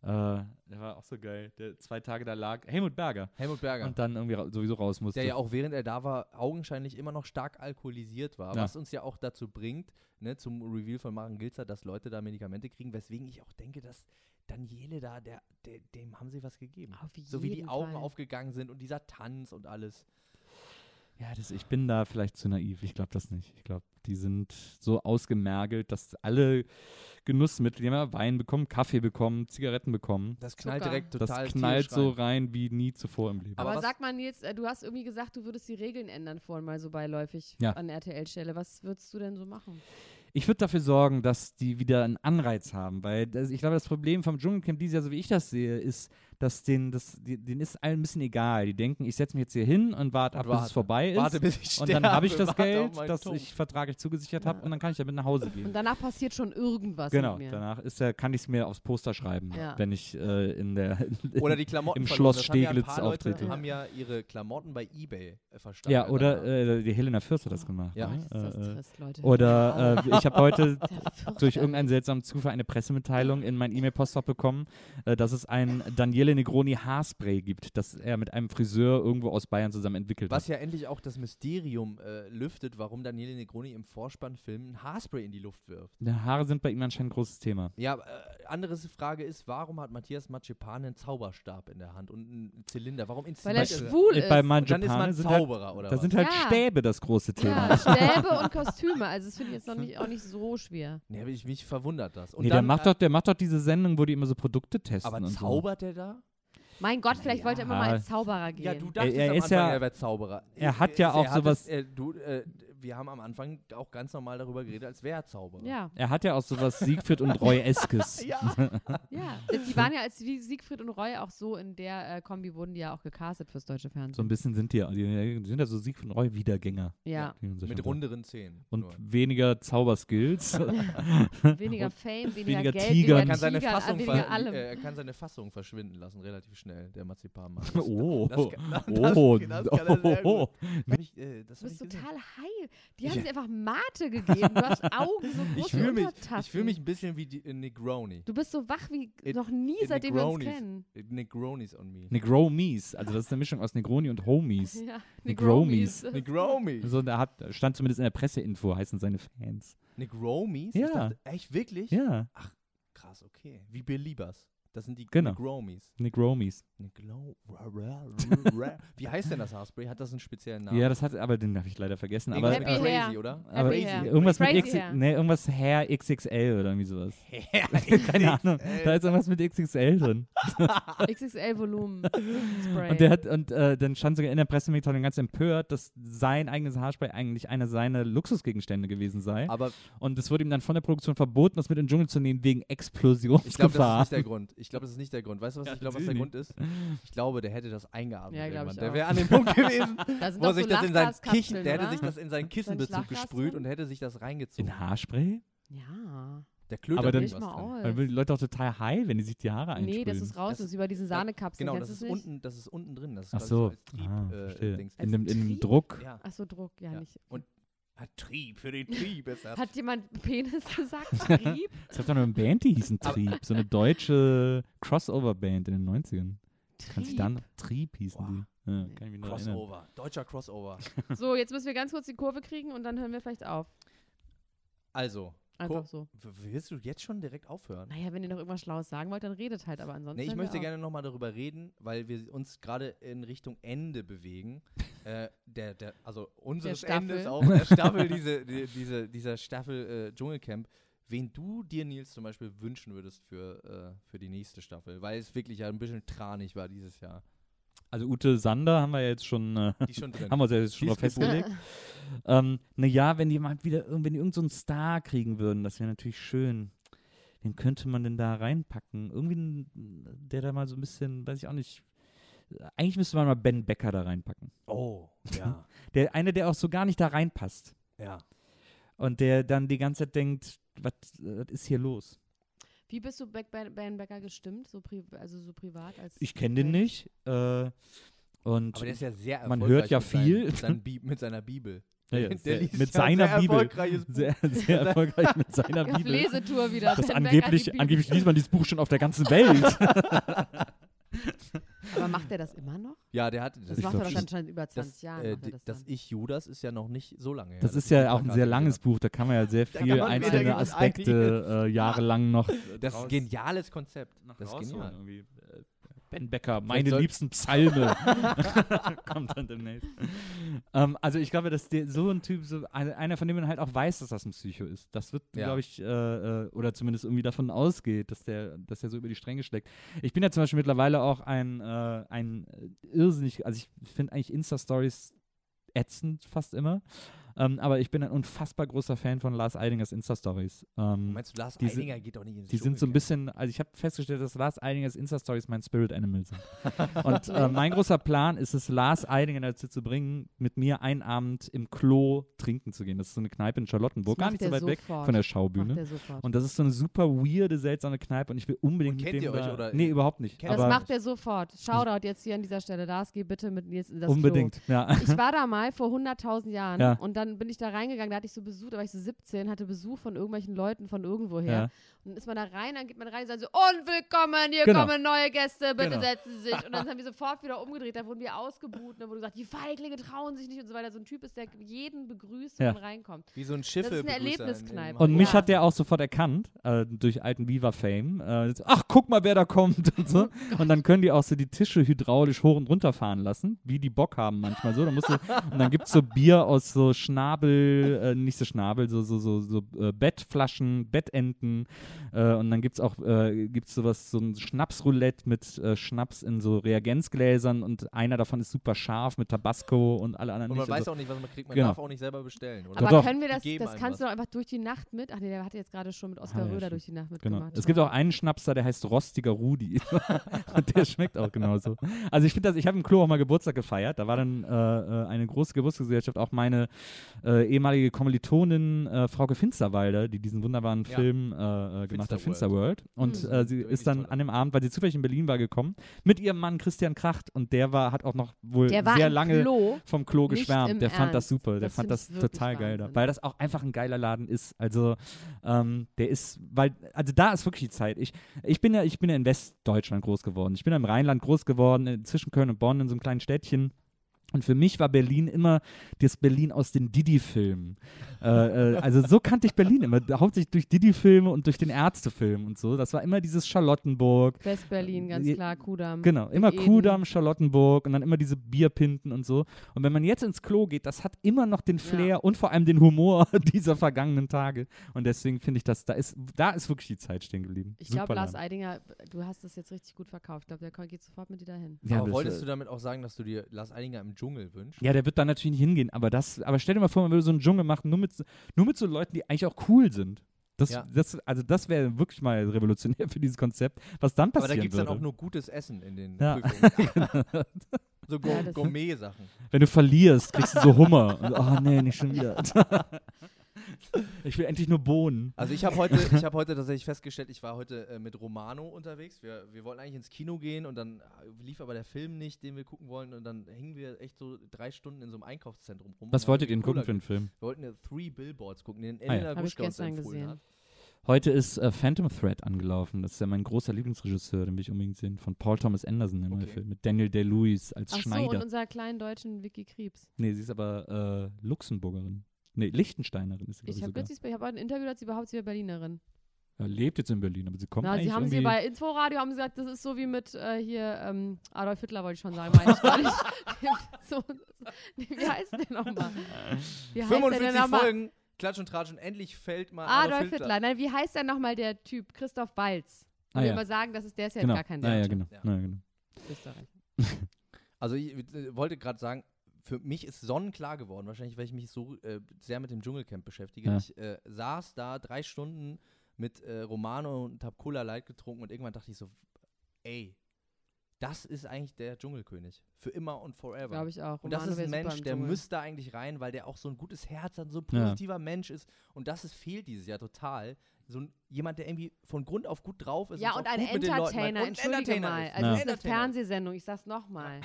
C: Äh, der war auch so geil, der zwei Tage da lag. Helmut Berger.
E: Helmut Berger.
C: Und dann irgendwie ra sowieso raus musste.
E: der ja auch während er da war, augenscheinlich immer noch stark alkoholisiert war.
C: Ja.
E: Was uns ja auch dazu bringt, ne, zum Reveal von Maren Gilzer, dass Leute da Medikamente kriegen, weswegen ich auch denke, dass Daniele da, der, der, dem haben sie was gegeben.
D: Auf jeden
E: So wie die Augen
D: Fall.
E: aufgegangen sind und dieser Tanz und alles.
C: Ja, das, ich bin da vielleicht zu naiv. Ich glaube das nicht. Ich glaube, die sind so ausgemergelt, dass alle Genussmittel, die haben ja Wein bekommen, Kaffee bekommen, Zigaretten bekommen.
E: Das knallt
D: Zucker.
E: direkt total
C: das knallt
E: tierisch
C: so
E: rein.
C: rein wie nie zuvor im Leben.
E: Aber
D: Aber,
E: was-
D: sag mal, Nils, äh, du hast irgendwie gesagt, du würdest die Regeln ändern vorhin mal so beiläufig
C: Ja.
D: an RTL-Stelle. Was würdest du denn so machen?
C: Ich würde dafür sorgen, dass die wieder einen Anreiz haben, weil das, ich glaube, das Problem vom Dschungelcamp dieses Jahr, so wie ich das sehe, ist, dass denen, das, die- denen ist allen ein bisschen egal. Die denken, ich setze mich jetzt hier hin und warte ab, bis es
E: warte.
C: vorbei ist.
E: Warte, bis ich
C: und dann habe ich
E: sterbe,
C: das
E: warte auf
C: Geld,
E: meinen
C: das
E: Tod.
C: ich vertraglich zugesichert habe,
D: Ja.
C: und dann kann ich damit nach Hause gehen.
D: Und danach passiert schon irgendwas
C: Genau,
D: mit mir.
C: danach ist ja, kann ich es mir aufs Poster schreiben,
D: Ja.
C: wenn ich äh, in der in,
E: Oder die Klamotten
C: im
E: verloren.
C: Schloss
E: Das haben ja ein
C: Steglitz
E: paar Leute,
C: auftrete.
E: haben ja ihre Klamotten bei Ebay äh, verstanden.
C: Ja, oder äh, die Helena Fürst hat das gemacht.
E: Ja.
D: Gott,
C: ne?
D: ist Oh. das
C: Äh, äh,
D: trist, Leute.
C: oder äh, ich habe heute
D: Ist ja fürchterlich.
C: durch irgendeinen seltsamen Zufall eine Pressemitteilung in mein E-Mail-Postfach bekommen, äh, dass es ein Daniele Negroni Haarspray gibt, das er mit einem Friseur irgendwo aus Bayern zusammen entwickelt
E: Was
C: hat.
E: ja endlich auch das Mysterium äh, lüftet, warum Daniele Negroni im Vorspannfilm ein Haarspray in die Luft wirft.
C: Die Haare sind bei ihm anscheinend ein großes Thema.
E: Ja, äh, andere Frage ist, warum hat Matthias Macepan einen Zauberstab in der Hand und einen Zylinder? Warum
D: Weil er
E: inszeniert das?
D: schwul
C: Äh, Bei
D: ist.
E: Und dann ist man
C: Manjapane sind halt,
E: Zauberer oder
C: da
E: was?
C: sind halt
D: Ja.
C: Stäbe das große Thema.
D: Ja, Stäbe und Kostüme. Also das finde ich jetzt noch nicht, auch nicht so schwer.
E: nee, aber ich, mich verwundert das. Und
C: halt Nee, der,
E: dann,
C: macht
E: äh,
C: doch, der macht doch diese Sendung, wo die immer so Produkte testen
E: aber
C: und so.
E: zaubert er da?
D: Mein Gott, vielleicht wollte er immer mal
C: Ja.
D: als Zauberer gehen.
E: Ja, du dachtest
C: er
E: am
C: ist
E: Anfang,
C: ja-
E: er wäre Zauberer. Äh,
C: er hat ja
E: Er
C: auch
E: hat
C: sowas-
E: Es, er, du, äh, wir haben am Anfang auch ganz normal darüber geredet, als wäre er Zauberer.
D: Ja,
C: Er hat ja auch sowas Siegfried und Roy-eskes.
D: ja. Die waren ja als wie Siegfried und Roy auch so in der äh, Kombi wurden die ja auch gecastet fürs deutsche
C: So ein
D: Fernsehen.
C: bisschen sind die, ja- die die sind ja so Siegfried und Roy-Wiedergänger.
D: ja,
C: die man so
E: Mit
C: schon
E: runderen Zähnen.
C: sagt.
E: nur.
C: Und weniger Zauberskills. Oh.
D: weniger Fame, weniger,
C: weniger
D: Geld,
C: Tigern.
E: Er
D: weniger
E: kann, seine
D: Tigern,
E: Fassung
D: weniger
E: ver-
D: allem.
E: äh, er kann seine Fassung verschwinden lassen, relativ schnell, der Marzipanmann.
C: oh.
E: Das kann- das-
C: oh.
E: das kann er sehr gut.
C: oh.
E: Hab ich, äh, das
D: Du
E: hab
D: bist
E: ich gesehen.
D: total heil. Die haben dir einfach Mate gegeben. Du hast Augen so groß
E: Ich fühle
D: wie
E: mich, ich
D: Untertassen.
E: fühl mich ein bisschen wie die, äh, Negroni.
D: Du bist so wach wie
E: It-
D: noch nie,
E: it
D: seitdem wir uns
E: Negronis.
D: kennen.
E: Äh, Negronis on
C: Ne-
E: me.
C: Negromies. Also das ist eine Mischung aus Negroni und Homies.
D: Ja,
C: Negromis.
E: Negromi.
C: Also da hat, stand zumindest in der Presseinfo, heißen seine Fans.
E: Negromis?
C: Ja.
E: Ich dachte, echt wirklich?
C: Ja,
E: Krass, okay. Wie Beliebers. Das sind die
C: Genau.
E: Negromis.
C: Negromies.
E: Negro Wie heißt denn das Haarspray? Hat das einen speziellen Namen?
C: Ja, das hat, aber den habe ich leider vergessen. Aber,
E: Irgendwas
D: Happy
C: aber,
E: crazy,
D: Hair.
E: oder?
C: aber
D: Happy Hair.
C: irgendwas mit
D: Crazy
C: X,
D: Hair.
C: nee, irgendwas Hair XXL oder irgendwie sowas. Keine Ahnung. Da ist irgendwas mit XXL drin.
D: Ah, XXL-Volumen. Spray.
C: Und der hat und äh, dann stand sogar in der Pressemitteilung ganz empört, dass sein eigenes Haarspray eigentlich einer seiner Luxusgegenstände gewesen sei.
E: Aber
C: Und es wurde ihm dann von der Produktion verboten, das mit in den Dschungel zu nehmen wegen
E: ich glaube, das ist
C: Explosionsgefahr.
E: nicht der Grund. Ich glaube, das ist nicht der Grund. Weißt du, was
C: Ja,
E: ich glaube, was der
C: natürlich
E: Grund ist? Ich glaube, der hätte das eingeatmet.
D: Ja, glaub
E: irgendwann.
D: ich
E: der
D: auch.
E: wäre an dem Punkt gewesen,
D: da sind
E: wo
D: doch
E: er sich
D: so
E: das in sein
D: Lachgaskapseln,
E: Kissen, der hätte
D: oder?
E: sich das in seinen Kissenbezug
D: Schlafgas
E: gesprüht
D: drin?
E: und hätte sich das reingezogen.
C: In Haarspray?
D: Ja.
E: Der klötert
C: Aber dann-
D: Hilf mal
C: Dann
E: drin.
C: würden
D: auf.
C: die Leute auch total high, wenn die sich die Haare einsprühen.
D: Nee, das ist raus,
E: Das-
D: das ist über diesen Sahnekapseln.
E: Genau, das
D: Kennst
E: ist,
D: du nicht?
E: unten, das ist unten drin. Das ist
C: Ach
E: quasi
C: so.
E: als Trieb,
C: ah,
E: äh,
C: verstehe.
E: Dings.
C: in
D: Als
C: dem, in dem
D: Trieb?
C: Druck.
E: Ja.
D: Ach so, Druck, ja,
E: Ja.
D: nicht.
E: Und Ah, Trieb für den Trieb ist das.
D: Hat jemand Penis gesagt? Trieb?
C: Es gab doch noch eine Band, die hießen
E: Aber-
C: Trieb. So eine deutsche Crossover-Band in den 90ern. Kannst dich dann Trieb hießen
E: Boah.
C: die. Ja, kann ich mich noch erinnern.
E: Crossover, deutscher Crossover.
D: So, jetzt müssen wir ganz kurz die Kurve kriegen und dann hören wir vielleicht auf.
E: Also,
D: Einfach
E: Kur-
D: so.
E: w- willst du jetzt schon direkt aufhören?
D: Naja, wenn ihr noch irgendwas Schlaues sagen wollt, dann redet halt, aber ansonsten.
E: Nee, ich
D: hören wir
E: möchte
D: auf.
E: gerne nochmal darüber reden, weil wir uns gerade in Richtung Ende bewegen. äh, der, der, also unseres
D: Staffel.
E: Endes auch der Staffel, diese, die, diese, dieser Staffel äh, Dschungelcamp. Wen du dir, Nils, zum Beispiel wünschen würdest für, äh, für die nächste Staffel, weil es wirklich ja ein bisschen tranig war dieses Jahr.
C: Also Ute Sander haben wir ja jetzt schon, äh,
E: Die ist schon drin.
C: haben wir uns ja jetzt schon
E: Die
C: mal
E: ist gebucht.
C: festgelegt. ähm, naja, wenn die mal wieder, irgend- wenn die irgendeinen so einen Star kriegen würden, das wäre natürlich schön. Wen könnte man denn da reinpacken? Irgendwie, n- der da mal so ein bisschen, weiß ich auch nicht. Eigentlich müsste man mal Ben Becker da reinpacken.
E: Oh, ja.
C: Der eine, der auch so gar nicht da reinpasst.
E: ja.
C: Und der dann die ganze Zeit denkt, was was ist hier los?
D: Wie bist du Beck- Ben Ben Becker gestimmt? So pri also so privat als
C: Ich kenne den nicht.
D: Mensch?
C: Äh, Und
E: Aber der ist ja sehr
C: man
E: erfolgreich.
C: hört ja
E: mit seinen-
C: viel.
E: Mit, seinen Bi mit seiner Bibel.
C: ja, ja,
E: Der
C: sehr,
E: liest
C: mit
E: ja ein
C: seiner
E: sehr
C: Bibel.
E: erfolgreiches Buch.
C: Sehr, sehr erfolgreich mit seiner
D: Auf
C: Bibel.
D: Lesetour wieder.
C: Das
D: Tim Becker, die
C: angeblich,
D: Bibel.
C: angeblich liest man dieses Buch schon auf der ganzen Welt.
D: Aber macht er das immer noch?
E: Ja, der hat.
D: Das
C: Ich glaub
D: macht er doch
C: schon.
D: dann schon über 20
E: das,
D: Jahren.
E: äh,
D: macht er
E: d-
D: das
E: das
D: dann.
E: Ich Judas ist ja noch nicht so lange her.
C: Das
E: dass
C: ist
E: ich die
C: ja auch ein
E: Plakate
C: sehr
E: gesehen
C: langes
E: hab.
C: Buch, da kann man ja sehr
E: kann
C: viel
E: man- da
C: einzelne
E: gibt's
C: Aspekte äh, jahrelang noch.
E: Das ist ein geniales Konzept. Das ist genial.
C: irgendwie. Äh, Ben Becker, meine
E: soll-
C: liebsten Psalme. Kommt dann demnächst. Ähm, also ich glaube, dass der, so ein Typ, so ein- einer von dem man halt auch weiß, dass das ein Psycho ist. Das wird,
E: Ja.
C: glaube ich, äh, äh, oder zumindest irgendwie davon ausgeht, dass der, dass der so über die Stränge schlägt. Ich bin ja zum Beispiel mittlerweile auch ein, äh, ein äh, irrsinnig, also ich finde eigentlich Insta-Stories ätzend fast immer. Ähm, aber ich bin ein unfassbar großer Fan von Lars Eidingers Insta-Stories. Ähm,
E: Meinst du, Lars
C: Die sind-
E: Eidinger geht doch nicht ins
C: die sind so ein
E: Dschungelcamp?
C: bisschen, also ich habe festgestellt, dass Lars Eidingers Insta-Stories mein Spirit Animal sind. Und äh, mein großer Plan ist es, Lars Eidinger dazu zu bringen, mit mir einen Abend im Klo trinken zu gehen. Das ist so eine Kneipe in Charlottenburg,
D: Das
C: gar
D: macht
C: nicht so
D: er
C: weit weg
D: sofort.
C: von der
D: Macht
C: Schaubühne.
D: er sofort.
C: Und das ist so eine super weirde, seltsame Kneipe und ich will unbedingt
E: Und
C: mit
E: kennt
C: dem
E: ihr euch
C: da,
E: oder-
C: Nee, überhaupt nicht.
E: Kennt-
D: das
C: aber
D: macht er sofort. Shoutout jetzt hier an dieser Stelle. Lars, geh bitte mit Nils in das
C: unbedingt, ja.
D: Klo. Ich war da mal vor 100.000 Jahren
C: Ja.
D: und dann bin ich da reingegangen, da hatte ich so Besuch, da war ich so 17, hatte Besuch von irgendwelchen Leuten von irgendwoher.
C: Ja.
D: Und dann ist man da rein, dann geht man rein und sagt so, und willkommen, hier
C: Genau.
D: kommen neue Gäste, bitte
C: Genau.
D: setzen Sie sich. Und dann haben wir sofort wieder umgedreht, da wurden wir ausgebuht, da wurde gesagt, die Feiglinge trauen sich nicht und so weiter. So ein Typ ist, der jeden begrüßt, wenn
C: Ja.
D: man reinkommt.
E: Wie so ein Schiff.
D: Das ist eine Erlebniskneipe.
C: Und mich
D: Ja.
C: hat der auch sofort erkannt, äh, durch alten Viva-Fame. Äh, jetzt, Ach, guck mal, wer da kommt und so. Und dann können die auch so die Tische hydraulisch hoch und runter fahren lassen, wie die Bock haben manchmal so. Dann musst du, und dann gibt es so Bier aus so Schnabel, äh, nicht so Schnabel, so, so, so, so äh, Bettflaschen, Bettenten. Äh, und dann gibt es auch äh, gibt's sowas, so ein Schnapsroulette mit äh, Schnaps in so Reagenzgläsern und einer davon ist super scharf mit Tabasco und alle anderen
E: Und man
C: nicht.
E: weiß
C: also,
E: auch nicht, was man kriegt. Man
C: Genau.
E: darf auch nicht selber bestellen. Oder?
D: Aber
C: doch.
D: können wir das,
E: Die geben
D: das
E: einem
D: kannst du doch einfach durch die Nacht mit, ach nee, der hatte jetzt gerade schon mit Oskar
C: Ah, ja,
D: Röder
C: stimmt.
D: durch die Nacht mitgemacht.
C: Genau. Es gibt auch einen Schnaps da, der heißt Rostiger Rudi. und der schmeckt auch genauso. Also ich finde das, ich habe im Klo auch mal Geburtstag gefeiert. Da war dann äh, äh, eine große Geburtstagsgesellschaft, auch meine äh, ehemalige Kommilitonin äh, Frauke Finsterwalder, die diesen wunderbaren
E: Ja.
C: Film äh, äh, gemacht hat,
E: Finsterworld.
C: Finsterworld. Und
D: Mhm.
C: äh, sie
E: Wirklich
C: ist dann
E: toll.
C: an dem Abend, weil sie zufällig in Berlin war, gekommen, mit ihrem Mann Christian Kracht. Und der war, hat auch noch wohl
D: Der war
C: sehr
D: im
C: lange
D: Klo.
C: vom Klo
D: Nicht im
C: geschwärmt. Der fand das
D: Ernst.
C: super. Der
D: Das
C: fand
D: find
C: das
D: ich wirklich
C: total geil da.
D: Wahnsinn.
C: Weil das auch einfach ein geiler Laden ist. Also, ähm, der ist, weil, also da ist wirklich die Zeit. Ich, ich bin ja, ich bin ja in Westdeutschland groß geworden. Ich bin ja im Rheinland groß geworden, äh, zwischen Köln und Bonn in so einem kleinen Städtchen. Und für mich war Berlin immer das Berlin aus den Didi-Filmen. äh, äh, also so kannte ich Berlin immer, hauptsächlich durch Didi-Filme und durch den Ärztefilm und so. Das war immer dieses Charlottenburg,
D: West-Berlin, ganz
C: Je-
D: klar, Kudamm.
C: Genau, immer
D: Eden.
C: Kudamm, Charlottenburg und dann immer diese Bierpinten und so. Und wenn man jetzt ins Klo geht, das hat immer noch den Flair
D: Ja.
C: und vor allem den Humor dieser vergangenen Tage. Und deswegen finde ich, dass da ist, da ist wirklich die Zeit stehen geblieben.
D: Ich glaube,
C: Super
D: Lars
C: lang.
D: Eidinger, du hast das jetzt richtig gut verkauft. Ich glaube, der Call geht sofort mit dir dahin.
C: ja,
E: aber
C: das,
E: wolltest
C: äh,
E: du damit auch sagen, dass du dir Lars Eidinger im Dschungel wünschst?
C: ja, der wird da natürlich nicht hingehen, aber das, aber stell dir mal vor, man würde so einen Dschungel machen, nur mit, so- nur mit so Leuten, die eigentlich auch cool sind. Das,
E: Ja.
C: das, also das wäre wirklich mal revolutionär für dieses Konzept, was dann
E: Aber da
C: passieren
E: gibt es dann auch
C: würde.
E: nur gutes Essen in den
C: Ja. Genau.
E: Prüfungen. so Gour-
D: Ja, das-
E: Gourmet-Sachen.
C: Wenn du verlierst, kriegst du so Hummer. Und, oh nee, nicht schon wieder. ich will endlich nur Bohnen.
E: Also ich habe heute, ich habe heute tatsächlich festgestellt, ich war heute äh, mit Romano unterwegs. Wir, wir wollten eigentlich ins Kino gehen und dann äh, lief aber der Film nicht, den wir gucken wollen und dann hingen wir echt so drei Stunden in so einem Einkaufszentrum rum.
C: Was
E: und haben
C: wolltet ihr denn
E: irgendwie
C: gucken
E: Cola
C: für einen Film?
E: Wir wollten ja Three Billboards gucken, den
C: Ah, ja.
E: Elena
D: Hab ich
E: Gruschka uns
D: gestern
E: empfohlen
D: gesehen.
E: hat.
C: Heute ist äh, Phantom Thread angelaufen. Das ist ja mein großer Lieblingsregisseur, den will ich unbedingt sehen. Von Paul Thomas Anderson, der neue
E: Okay.
C: Film. Mit Daniel Day-Lewis als
D: Ach so,
C: Schneider.
D: und unserer kleinen deutschen Vicky Krebs.
C: nee, sie ist aber äh, Luxemburgerin. Nee, Liechtensteinerin ist sie, glaube
D: Ich
C: ich,
D: habe
C: sogar.
D: plötzlich, ich habe ein Interview dazu, überhaupt sie wäre Berlinerin.
C: Ja, lebt jetzt in Berlin, aber sie kommt
D: Na,
C: eigentlich
D: sie haben sie
C: irgendwie-
D: bei Inforadio haben sie gesagt, das ist so wie mit äh, hier ähm, Adolf Hitler wollte ich schon sagen, meine ich gar nicht. so, nee, wie heißt der nochmal? Wie heißt der
E: 45
D: denn nochmal? Ah,
E: Folgen, Klatsch und Tratsch und endlich fällt mal
D: Adolf, Hitler. Nein, wie heißt der nochmal der Typ? Christoph Walz.
C: Ah,
D: Und wir
C: ja.
D: immer sagen, das ist der ist ja
C: genau.
D: gar kein
C: ja, ja,
D: Deutscher.
C: genau.
E: Ja.
C: Ja, genau.
D: Österreich.
E: Also ich äh, wollte gerade sagen, für mich ist sonnenklar geworden, wahrscheinlich weil ich mich so äh, sehr mit dem Dschungelcamp beschäftige.
C: Ja.
E: Ich äh, saß da drei Stunden mit äh, Romano und hab Cola Light getrunken und irgendwann dachte ich so, ey, das ist eigentlich der Dschungelkönig. Für immer und forever.
D: Glaube ich auch.
E: Und das
D: Romano
E: ist
D: wär
E: ein
D: super
E: Mensch,
D: im
E: der
D: Dschungel.
E: müsste eigentlich rein, weil der auch so ein gutes Herz hat, so ein
C: Ja.
E: positiver Mensch ist. Und das ist, fehlt dieses Jahr total. So ein, jemand, der irgendwie von Grund auf gut drauf ist.
D: Ja,
E: sich
D: und
E: auch
D: ein
E: gut mit den Leuten meint.
D: Entertainer,
E: Und ein
D: entschuldige
E: Entertainer
D: mal.
E: ist.
D: Also
C: Ja.
D: es ist eine
E: Entertainer ist.
D: Fernsehsendung, ich sag's nochmal.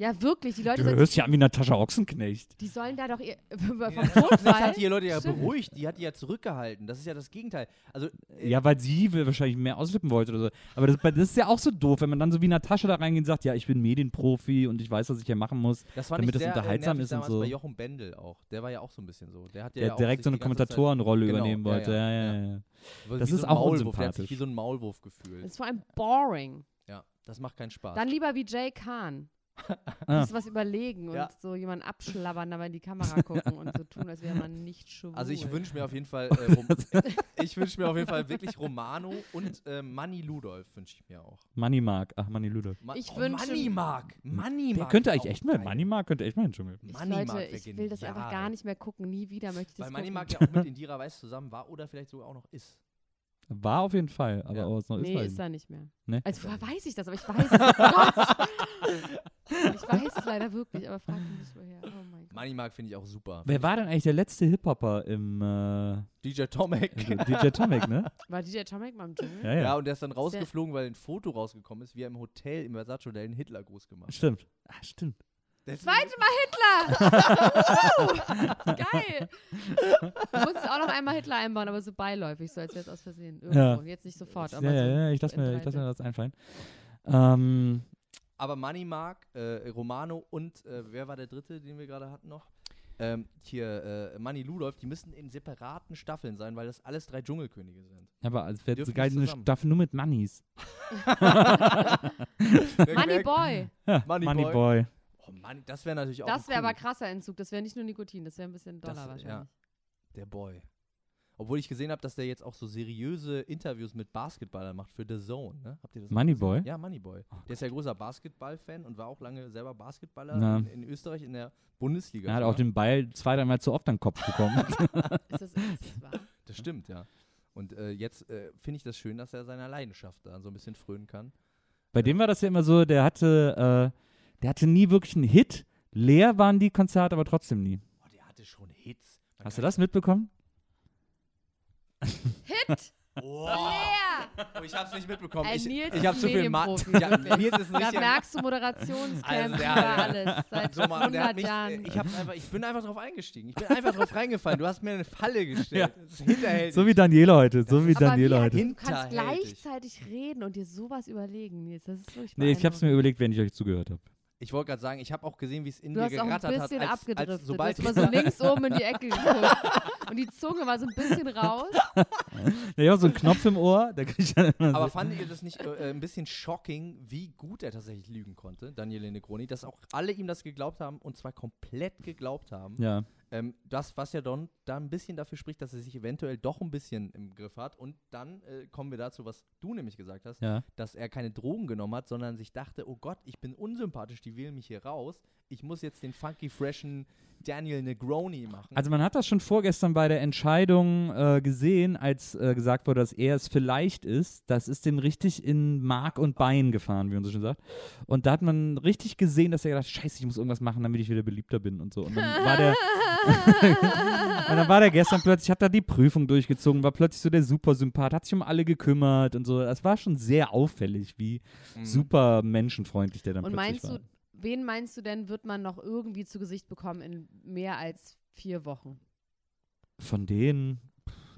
D: Ja, wirklich. Die Leute
C: Du
D: sind-
C: hörst ja an wie Natascha Ochsenknecht.
D: die sollen da doch ihr, vom
E: Das
D: Notfall.
E: hat die Leute ja
D: Stimmt.
E: beruhigt, die hat die ja zurückgehalten. Das ist ja das Gegenteil. Also, äh,
C: Ja, weil sie will wahrscheinlich mehr auslippen wollte oder so. Aber das, das ist ja auch so doof, wenn man dann so wie Natascha da reingeht und sagt, ja, ich bin Medienprofi und ich weiß, was ich hier machen muss.
E: das war
C: damit
E: nicht
C: das
E: sehr, äh,
C: unterhaltsam
E: nervig
C: ist und
E: damals
C: so.
E: bei Jochen Bendel auch. Der war ja auch so ein bisschen so. Der hat ja,
C: Der
E: auch
C: direkt
E: sich
C: so eine
E: die ganze Zeit-
C: Kommentatorenrolle
E: Genau,
C: übernehmen
E: ja,
C: wollte. Ja, ja,
E: ja,
C: ja.
E: wie
C: Das
E: so
C: ist
E: ein
C: auch
E: Maulwurf. Der hat sich wie
C: unsympathisch.
E: so ein Maulwurf gefühlt.
D: ist vor allem boring.
E: Ja, das macht keinen Spaß.
D: Dann lieber wie Jay Kahn.
C: Ah.
D: Muss was überlegen
E: Ja.
D: und so jemanden abschlabbern, dabei in die Kamera gucken und so tun, als wäre man nicht schwul.
E: Also ich wünsche mir auf jeden Fall, äh, Rom ich wünsche mir auf jeden Fall wirklich Romano und äh, Manny Ludolf wünsche ich mir auch.
C: Money Mark. Ach, Money Ludo.
E: Ma oh,
D: Ich wünsche-
E: Manny Mark, Manny
C: Der
E: Mark
C: könnte
E: wär
C: eigentlich
E: auch
C: echt mal,
E: geil.
C: Money Mark könnte echt mal in den Dschungel.
D: Ich,
E: Money
D: Leute,
E: Mark wär
D: ich will das einfach
E: genial.
D: gar nicht mehr gucken. Nie wieder möchte ich das
E: Weil Manny
D: gucken.
E: Mark ja auch mit Indira Weiß zusammen war oder vielleicht sogar auch noch ist.
C: War auf jeden Fall, aber
E: Ja.
C: aus noch
D: nee,
C: Israel.
D: ist da nicht mehr.
C: Nee.
D: Also vorher weiß ich das, aber ich weiß es. Gott. ich weiß es leider wirklich, aber frag mich nicht woher. Oh mein Gott.
E: Money Mark finde ich auch super.
C: Wer war denn eigentlich der letzte Hip-Hopper im äh,
E: DJ Tomek.
C: also DJ Tomek, ne?
D: War DJ Tomek mal im Dschungel?
C: Ja, ja.
E: Ja, und der ist dann rausgeflogen, weil ein Foto rausgekommen ist, wie er im Hotel, im Versace-Hotel einen Hitler groß gemacht hat.
C: Stimmt. Ah, stimmt.
E: Das-
D: Zweite Mal Hitler! Woo! Geil! Du musst auch noch einmal Hitler einbauen, aber so beiläufig, so als wäre es aus Versehen. Irgendwo.
C: Ja.
D: Jetzt nicht sofort,
C: Ja,
D: aber
C: ja,
D: so
C: ja, ich lasse
D: in
C: mir,
D: drei
C: ich lass mir
D: Sätzen.
C: das einfallen. Ähm,
E: Aber Money Mark, äh, Romano und äh, wer war der dritte, den wir gerade hatten noch? Ähm, hier, äh, Manny Ludolf, die müssen in separaten Staffeln sein, weil das alles drei Dschungelkönige sind.
C: aber es wäre
E: Dürfen
C: so geil,
E: nicht
C: eine
E: zusammen.
C: Staffel nur mit Moneys.
D: Money Boy,
C: Ja,
E: Money Boy.
C: Boy.
E: Oh Mann, das wäre natürlich auch.
D: das wäre
E: cool.
D: aber krasser Entzug. Das wäre nicht nur Nikotin, das wäre ein bisschen doller
E: Das- ja.
D: wahrscheinlich.
E: Der Boy. Obwohl ich gesehen habe, dass der jetzt auch so seriöse Interviews mit Basketballern macht für The Zone. Ne? Habt ihr das?
C: Money
E: gesehen?
C: Boy? Oh
E: Ja, Moneyboy. der ist ja großer Basketball-Fan und war auch lange selber Basketballer
C: Na.
E: in, in Österreich in der Bundesliga.
C: Er hat
E: sogar.
C: auch den Ball zwei, dreimal zu oft an den Kopf bekommen.
D: Ist das, ist das wahr?
E: Das stimmt, ja. Und äh, jetzt äh, finde ich das schön, dass er seiner Leidenschaft da so ein bisschen frönen kann.
C: Bei dem war das ja immer so, der hatte, äh, der hatte nie wirklich einen Hit. Leer waren die Konzerte, aber trotzdem nie.
E: Oh, der hatte schon Hits. Man
C: Hast du
E: kann-
C: das mitbekommen?
D: Hit!
E: Oh,
D: Yeah!
E: oh, ich hab's nicht mitbekommen.
D: Ein
E: Ich,
D: Nils
E: ich hab
D: ist
E: zu viel Ma
D: Medienprofi,
E: ja,
D: wirklich.
E: Nils ist ein
D: Da
E: richtiger
D: merkst du Moderationscamp
E: Also,
D: über
E: der hat-
D: alles. Seit
E: So, Mann, und der
D: 100
E: hat mich,
D: Jahren.
E: äh, ich, hab's einfach, ich bin einfach drauf eingestiegen. Ich bin einfach drauf reingefallen. Du hast mir eine Falle gestellt.
C: Ja.
E: Das ist hinterhältig.
C: So wie Daniela heute, so wie
D: aber wie,
C: Daniela
D: also,
C: heute.
D: du kannst
E: Hinterhältig.
D: gleichzeitig reden und dir sowas überlegen, Nils. Das ist wirklich
C: Nee, ich hab's mir
D: beeindruckend.
C: überlegt, wenn ich euch zugehört habe.
E: ich wollte gerade sagen, ich habe auch gesehen, wie es in
D: Du
E: dir
D: hast auch ein
E: gerattert hat.
D: bisschen
E: Als,
D: abgedriftet.
E: als sobald
D: du hast mal so links oben in die Ecke geguckt. Und die Zunge war so ein bisschen raus.
C: Naja, so ein Knopf im Ohr, da krieg ich dann immer
E: Aber
C: so.
E: fandet ihr das nicht äh, ein bisschen shocking, wie gut er tatsächlich lügen konnte, Daniele Negroni, dass auch alle ihm das geglaubt haben und zwar komplett geglaubt haben.
C: Ja,
E: Ähm, das, was ja dann da ein bisschen dafür spricht, dass er sich eventuell doch ein bisschen im Griff hat. Und dann äh, kommen wir dazu, was du nämlich gesagt hast,
C: ja.
E: dass er keine Drogen genommen hat, sondern sich dachte, oh Gott, ich bin unsympathisch, die wählen mich hier raus. Ich muss jetzt den funky, freshen Daniel Negroni machen.
D: Hm.
C: Also man hat das schon vorgestern bei der Entscheidung äh, gesehen, als äh, gesagt wurde, dass er es vielleicht ist. Das ist dem richtig in Mark und Bein gefahren, wie man so schön sagt. Und da hat man richtig gesehen, dass er gedacht, hat, scheiße, ich muss irgendwas machen, damit ich wieder beliebter bin und so. Und dann war der, und dann war der gestern plötzlich, hat da die Prüfung durchgezogen, war plötzlich so der Supersympath, hat sich um alle gekümmert und so. Das war schon sehr auffällig, wie super menschenfreundlich der dann
D: Hm. Und
C: plötzlich
D: meinst du,
C: war.
D: wen meinst du denn, wird man noch irgendwie zu Gesicht bekommen in mehr als vier Wochen?
C: Von denen.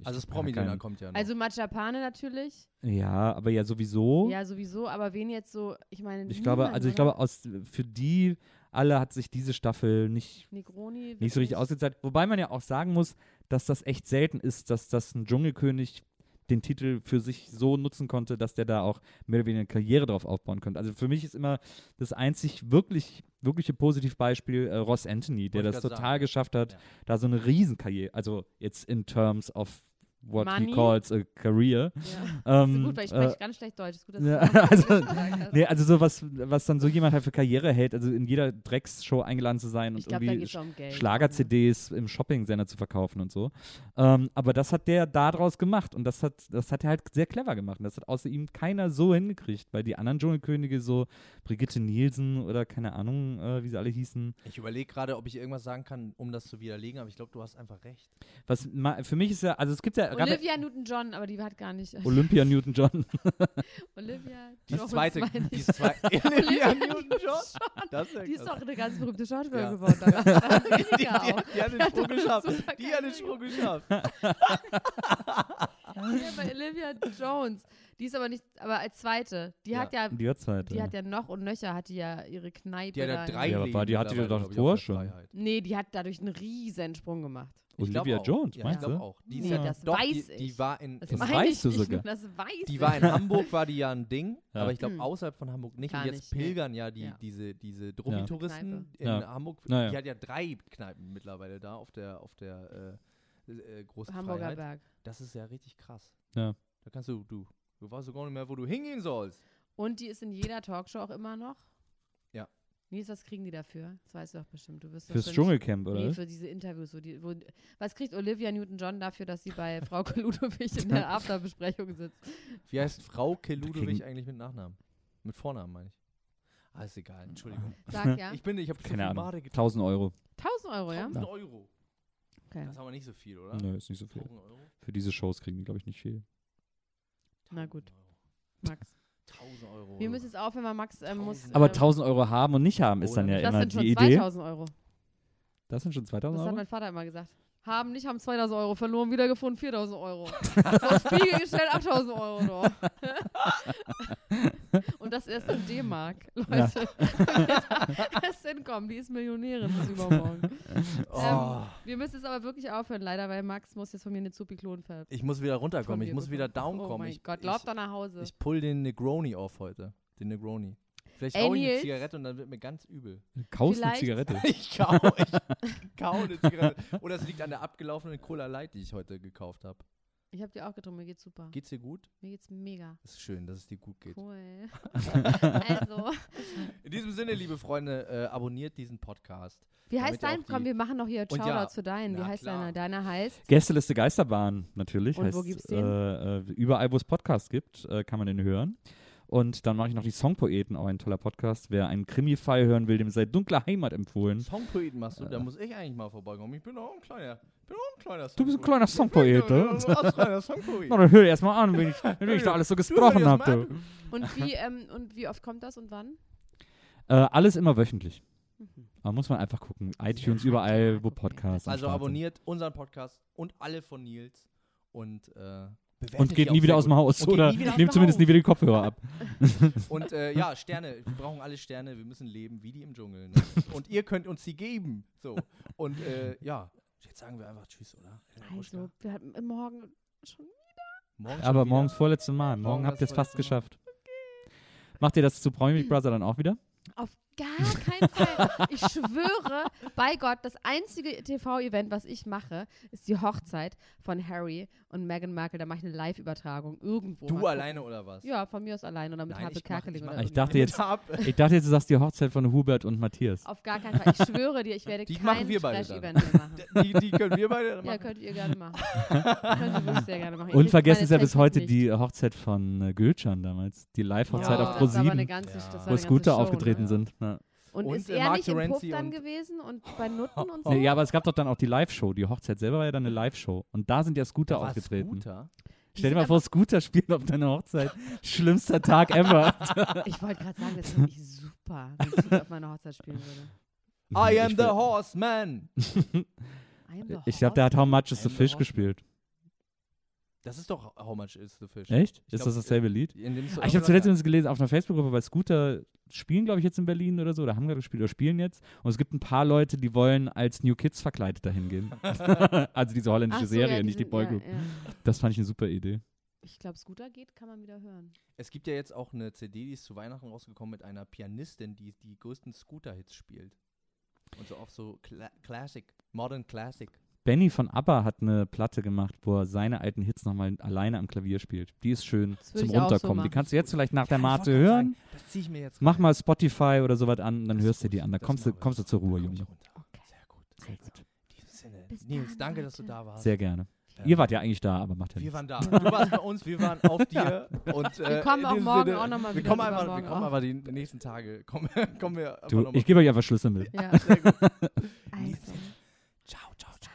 C: ich
E: also das
C: hab gar
E: promi dinner
C: keinen-
E: kommt ja noch.
D: Also Machapane natürlich.
C: Ja, aber ja sowieso.
D: Ja, sowieso. Aber wen jetzt so, ich meine,
C: Oh.
D: ne?
C: Ich glaube,
D: niemand,
C: also ich
D: oder?
C: glaube, aus, für die alle hat sich diese Staffel nicht,
D: Negroni. wird
C: nicht so richtig ausgezahlt. Wobei man ja auch sagen muss, dass das echt selten ist, dass, dass ein Dschungelkönig den Titel für sich so nutzen konnte, dass der da auch mehr oder weniger eine Karriere drauf aufbauen konnte. Also für mich ist immer das einzig wirklich, wirkliche Positivbeispiel äh, Ross Anthony, der
E: Wollte
C: das
E: ich grad
C: total
E: sagen, ja.
C: geschafft hat,
E: Ja.
C: da so eine Riesenkarriere, also jetzt in terms of what
D: Money.
C: he calls a career.
D: Ja.
C: Ähm,
D: Das ist gut, weil ich
C: äh,
D: spreche ganz schlecht Deutsch. Ist gut, dass du
C: ja,
D: das
C: also-
D: gesagt hast.
C: Nee, also so was, was dann so jemand halt für Karriere hält, also in jeder Drecksshow eingeladen zu sein
D: ich
C: und
D: glaube, da
C: irgendwie
D: geht es um Geld.
C: Schlager-CDs im Shopping-Sender zu verkaufen und so. Ähm, aber das hat der daraus gemacht und das hat, das hat er halt sehr clever gemacht. Und das hat außer ihm keiner so hingekriegt, weil die anderen Dschungelkönige, so Brigitte Nielsen oder keine Ahnung, äh, wie sie alle hießen.
E: ich überlege gerade, ob ich irgendwas sagen kann, um das zu widerlegen, aber ich glaube, du hast einfach recht.
C: Was ma- für mich ist ja, also es gibt ja
E: Gab ja-
D: Olivia Newton-John, aber die hat gar nicht.
C: Olympia Newton-John.
D: Olivia
E: die
D: Jones
E: zweite,
D: meine
E: die
D: ich.
E: zweite. Olivia Newton-John. Das ist ja
D: Die ist
E: krass.
D: doch eine ganz berühmte Schauspielerin
E: Ja.
D: geworden. danach.
E: Die, die, die
D: Weniger auch.
E: hat den
D: Ja,
E: Sprung
D: das ist
E: geschafft.
D: super
E: Die hat
D: geil.
E: den Sprung geschafft.
D: Ja, bei Olivia Jones. Die ist aber nicht, aber als zweite. Die
E: Ja.
D: hat ja,
C: Die halt, äh, hat Zeit.
D: die hat ja noch und nöcher, hat die ja ihre Kneipe.
E: Die hat
D: da
E: ja
D: in-
E: drei
C: Ja, aber
E: Leben
C: war die- hatte die
E: mittlerweile,
C: doch
E: glaub ich,
C: vorher
E: auf
C: schon.
E: der Freiheit.
D: Nee, die hat dadurch einen riesen Sprung gemacht.
E: Ich glaub
C: Olivia
E: auch.
C: Jones,
E: ja,
C: meinst
E: ich glaub
C: du?
E: Auch. Die ist
D: Nee,
E: ja,
D: das
E: doch,
D: weiß
E: die,
D: ich.
E: Die war in,
D: Das
E: in,
D: meine
C: weißt
D: ich
C: du
D: nicht,
C: sogar.
D: nur Das weiß
E: die
D: ich.
E: war in Hamburg, war die ja ein Ding,
C: Ja.
E: aber ich glaube
D: Hm.
E: außerhalb von Hamburg nicht.
D: Gar
E: und jetzt
D: nicht, nee.
E: pilgern ja, die,
D: Ja.
E: diese, diese Drogitouristen in
C: Ja.
E: Hamburg.
C: Ja, ja.
E: Die hat ja drei Kneipen mittlerweile da auf der, auf der äh, äh, großen
D: Hamburger
E: Freiheit.
D: Berg.
E: Das ist ja richtig krass.
C: Ja.
E: Da kannst du, du, du weißt doch gar nicht mehr, wo du hingehen sollst.
D: Und die ist in jeder Talkshow auch immer noch.
E: Ja.
D: Nils, was kriegen die dafür? Das weißt du doch bestimmt. Du wirst
C: Fürs
D: wahrscheinlich-
C: Dschungelcamp, oder?
D: Nee, für diese Interviews. Wo die, wo, was kriegt Olivia Newton-John dafür, dass sie bei Frau Ludwig in der Afterbesprechung sitzt?
E: Wie heißt Frau Ludwig
C: kriegen-
E: eigentlich mit Nachnamen? Mit Vornamen, meine ich. Ah, ist egal, Entschuldigung.
D: Sag ja.
E: Ich bin, ich habe
C: Keine Ahnung.
E: Made
C: 1000 Euro.
D: 1000 Euro, ja?
E: 1000 Euro.
D: Okay.
E: Das haben wir nicht so viel, oder?
C: Nö, ist nicht so viel.
E: 1000 Euro.
C: Für diese Shows kriegen die, glaube ich, nicht viel.
D: Na
E: 1000
D: gut.
E: Euro.
D: Max.
E: 1000 Euro.
D: Wir müssen jetzt aufhören, weil Max ähm, muss.
E: Tausend.
C: Aber
D: ähm,
C: 1000 Euro haben und nicht haben ist dann ja
E: Oder
D: Das
C: immer
D: sind schon
C: die Idee.
D: 2000 Euro.
C: Das sind schon
D: Das
C: 2000
D: hat
C: Euro?
D: mein Vater immer gesagt. Haben, nicht haben 2000 Euro verloren, wiedergefunden 4000 Euro. Auf Spiegel gestellt 8000 Euro drauf. Und das erst in D-Mark. Leute, erst hinkommen, die ist Millionärin bis übermorgen.
E: Oh.
D: Ähm, wir müssen jetzt aber wirklich aufhören, leider, weil Max muss jetzt von mir eine Zupiklohen ver.
E: ich muss wieder runterkommen.
D: von
E: Ich
D: mir
E: muss wieder
D: bekommen.
E: down
D: Oh
E: kommen.
D: mein
E: ich,
D: Gott,
E: ich,
D: lauf doch nach Hause.
E: Ich pull den Negroni auf heute. Den Negroni. Vielleicht
D: Ey,
E: hau ich eine
D: Nils.
E: Zigarette und dann wird mir ganz übel.
C: Kaust eine
D: Vielleicht-
C: Zigarette.
E: Ich kau, ich kau eine Zigarette. Oder es liegt an der abgelaufenen Cola Light, die ich heute gekauft habe.
D: Ich habe die auch getrunken, mir geht's super.
E: Geht's dir gut?
D: Mir geht's mega.
E: Ist schön, dass es dir gut geht.
D: Cool. also,
E: In diesem Sinne, liebe Freunde, äh, abonniert diesen Podcast.
D: wie
E: Damit
D: heißt dein?
E: auch die-
D: Komm, wir machen noch hier
E: ja,
D: Shoutouts für deinen. Wie
E: na
D: heißt
E: klar.
D: deiner? Deiner heißt.
C: Gästeliste Geisterbahn natürlich.
D: Und
C: heißt,
D: wo gibt's den?
C: Äh, äh, überall, wo es Podcasts gibt, äh, kann man den hören. Und dann mache ich noch die Songpoeten, auch ein toller Podcast. Wer einen Krimi-Fall hören will, dem sei dunkle Heimat empfohlen.
E: Songpoeten machst du, da muss ich eigentlich mal vorbeikommen. Ich bin auch ein kleiner, bin auch ein
C: Du
E: kleiner
C: bist ein
E: Songpoet.
C: kleiner Songpoet,
E: Ja,
C: ne?
E: du bist ein kleiner
C: Na,
E: Songpoet.
C: dann hör dir erst mal an, wenn ich, wenn ich da alles so gesprochen
E: Hör dir das
C: habe.
E: mal
D: Und wie, ähm, und wie oft kommt das und wann?
C: Äh, alles immer wöchentlich. Aber muss man einfach gucken. iTunes, überall, wo
D: gucken, ja.
C: Podcasts am
E: Mhm. Also
C: Start sind.
E: abonniert unseren Podcast und alle von Nils und äh, bewertet
C: Und
E: die
C: geht
E: auch
C: nie wieder
E: sehr
C: aus dem
E: gut.
C: Haus.
E: Und geht
C: Oder
E: nie wieder aus
C: nehmt
E: dem
C: zumindest
E: Haus.
C: nie wieder die Kopfhörer ab.
E: Und äh, ja, Sterne. Wir brauchen alle Sterne. Wir müssen leben wie die im Dschungel. Ne? Und ihr könnt uns die geben. So. Und äh, ja, jetzt sagen wir einfach Tschüss, oder?
D: Also, wir hatten im morgen schon.
E: Morgen schon
C: Aber
E: wieder.
C: morgens vorletzte Mal. Morgen
E: Morgen
C: habt ihr es
E: das
C: fast
E: vorletzte Mal.
C: geschafft. Macht ihr das zu Promi Big Brother dann auch wieder?
D: Auf gar keinen Fall. Ich schwöre bei Gott, das einzige TV-Event, was ich mache, ist die Hochzeit von Harry und Meghan Markle. Da mache ich eine Live-Übertragung irgendwo. Mal
E: Du
D: gucken.
E: alleine oder was?
D: Ja, von mir aus allein oder mit
E: Nein,
D: Harpe
E: ich mach- ich
D: Kerkeling
E: mach-
D: oder
C: Ich
D: irgend-
C: dachte jetzt,
E: Ab.
C: ich dachte jetzt, du sagst die Hochzeit von Hubert und Matthias.
D: Auf gar keinen Fall. Ich schwöre dir, ich werde
E: Die machen
D: kein
E: wir beide dann.
D: Trash-Event mehr machen.
E: Die, die können wir beide machen.
D: Ja, könnt ihr gerne machen. könnt ihr wirklich sehr gerne machen. Ihr
C: Und
D: kriegt
C: vergessen
D: meine
C: ist ja bis
D: Technik
C: heute
D: nicht.
C: die Hochzeit von äh, Gülcan damals. Die Live-Hochzeit
E: Ja,
C: auf
E: das war aber
C: Pro7,
D: ganze,
E: Ja.
D: das
C: wo
D: war
E: Wo
D: eine ganze
C: Scooter
D: Show, ne?
C: aufgetreten sind. Ja.
D: Und,
E: Und,
D: ist
E: äh,
D: er
E: Mark
D: nicht im Puff
E: Terenzi
D: dann
E: und-
D: gewesen und bei Nutten und so?
C: Oh. Nee, ja, aber es gab doch dann auch die Live-Show. Die Hochzeit selber war ja dann eine Live-Show. Und da sind ja Scooter
E: War
C: aufgetreten.
E: Scooter?
C: Stell
D: Die
C: dir mal
D: sind
C: vor, Scooter spielen auf deiner Hochzeit. Schlimmster Tag ever.
D: Ich wollte gerade sagen, das finde ich super, wenn ich das auf meiner Hochzeit spielen würde.
E: I am
C: Ich
E: the
C: will-
E: Horseman.
D: I'm the
C: Ich glaube, der hat How Much is the
E: I'm the
C: Fish
E: Horseman.
C: gespielt.
E: Das ist doch How Much Is the Fish.
C: Echt? Ist
E: glaub,
C: das dasselbe Lied?
E: In dem
C: Ah, Ich habe zuletzt übrigens gelesen auf einer Facebook-Gruppe, weil Scooter spielen, glaube ich, jetzt in Berlin oder so, oder haben gerade gespielt oder spielen jetzt. Und es gibt ein paar Leute, die wollen als New Kids verkleidet dahin gehen. also diese holländische Serie, nicht die Boygroup.
D: Ja, ja.
C: Das fand ich eine super Idee.
D: Ich glaube, Scooter geht, kann man wieder hören.
E: Es gibt ja jetzt auch eine CD, die ist zu Weihnachten rausgekommen mit einer Pianistin, die die größten Scooter-Hits spielt. Und so auch so Cla Classic, Modern Classic.
C: Benny von ABBA hat eine Platte gemacht, wo er seine alten Hits nochmal alleine am Klavier spielt. Die ist schön
D: Das würd
C: zum
D: ich auch so
C: Runterkommen. die
D: machen.
C: kannst du jetzt vielleicht nach der
E: Ja, ich
C: Mate
E: wollt grad
C: hören.
E: Sagen, das ziehe ich mir jetzt.
C: Mach
E: rein.
C: mal Spotify oder sowas an, dann
E: Das ist
C: hörst du
E: gut.
C: die an. Da
E: Das
C: kommst du,
E: machen wir.
C: kommst du zur Ruhe,
E: Da komm ich
C: Junge.
E: runter.
D: Okay.
E: Sehr gut.
D: Sehr gut.
E: In diesem Sinne.
D: Bis
E: Nils,
D: dann,
E: danke, dass du
D: Leute.
E: da warst.
C: Sehr gerne.
E: Ja.
C: Ihr wart ja eigentlich da, aber macht ja
E: Wir
C: nichts.
E: waren da. Du warst bei uns, wir waren auf dir. Und, äh,
D: Wir kommen
E: in
D: auch
E: diesem
D: morgen
E: Sinne,
D: auch noch mal
E: wir
D: wieder,
E: kommen einfach,
D: übermorgen
E: Wir kommen
D: auch.
E: einfach die nächsten Tage. Kommen, kommen wir einfach
C: Du,
E: noch mal
C: ich gebe euch einfach Schlüssel mit.
D: Ja. Also.
E: Ciao, ciao, ciao.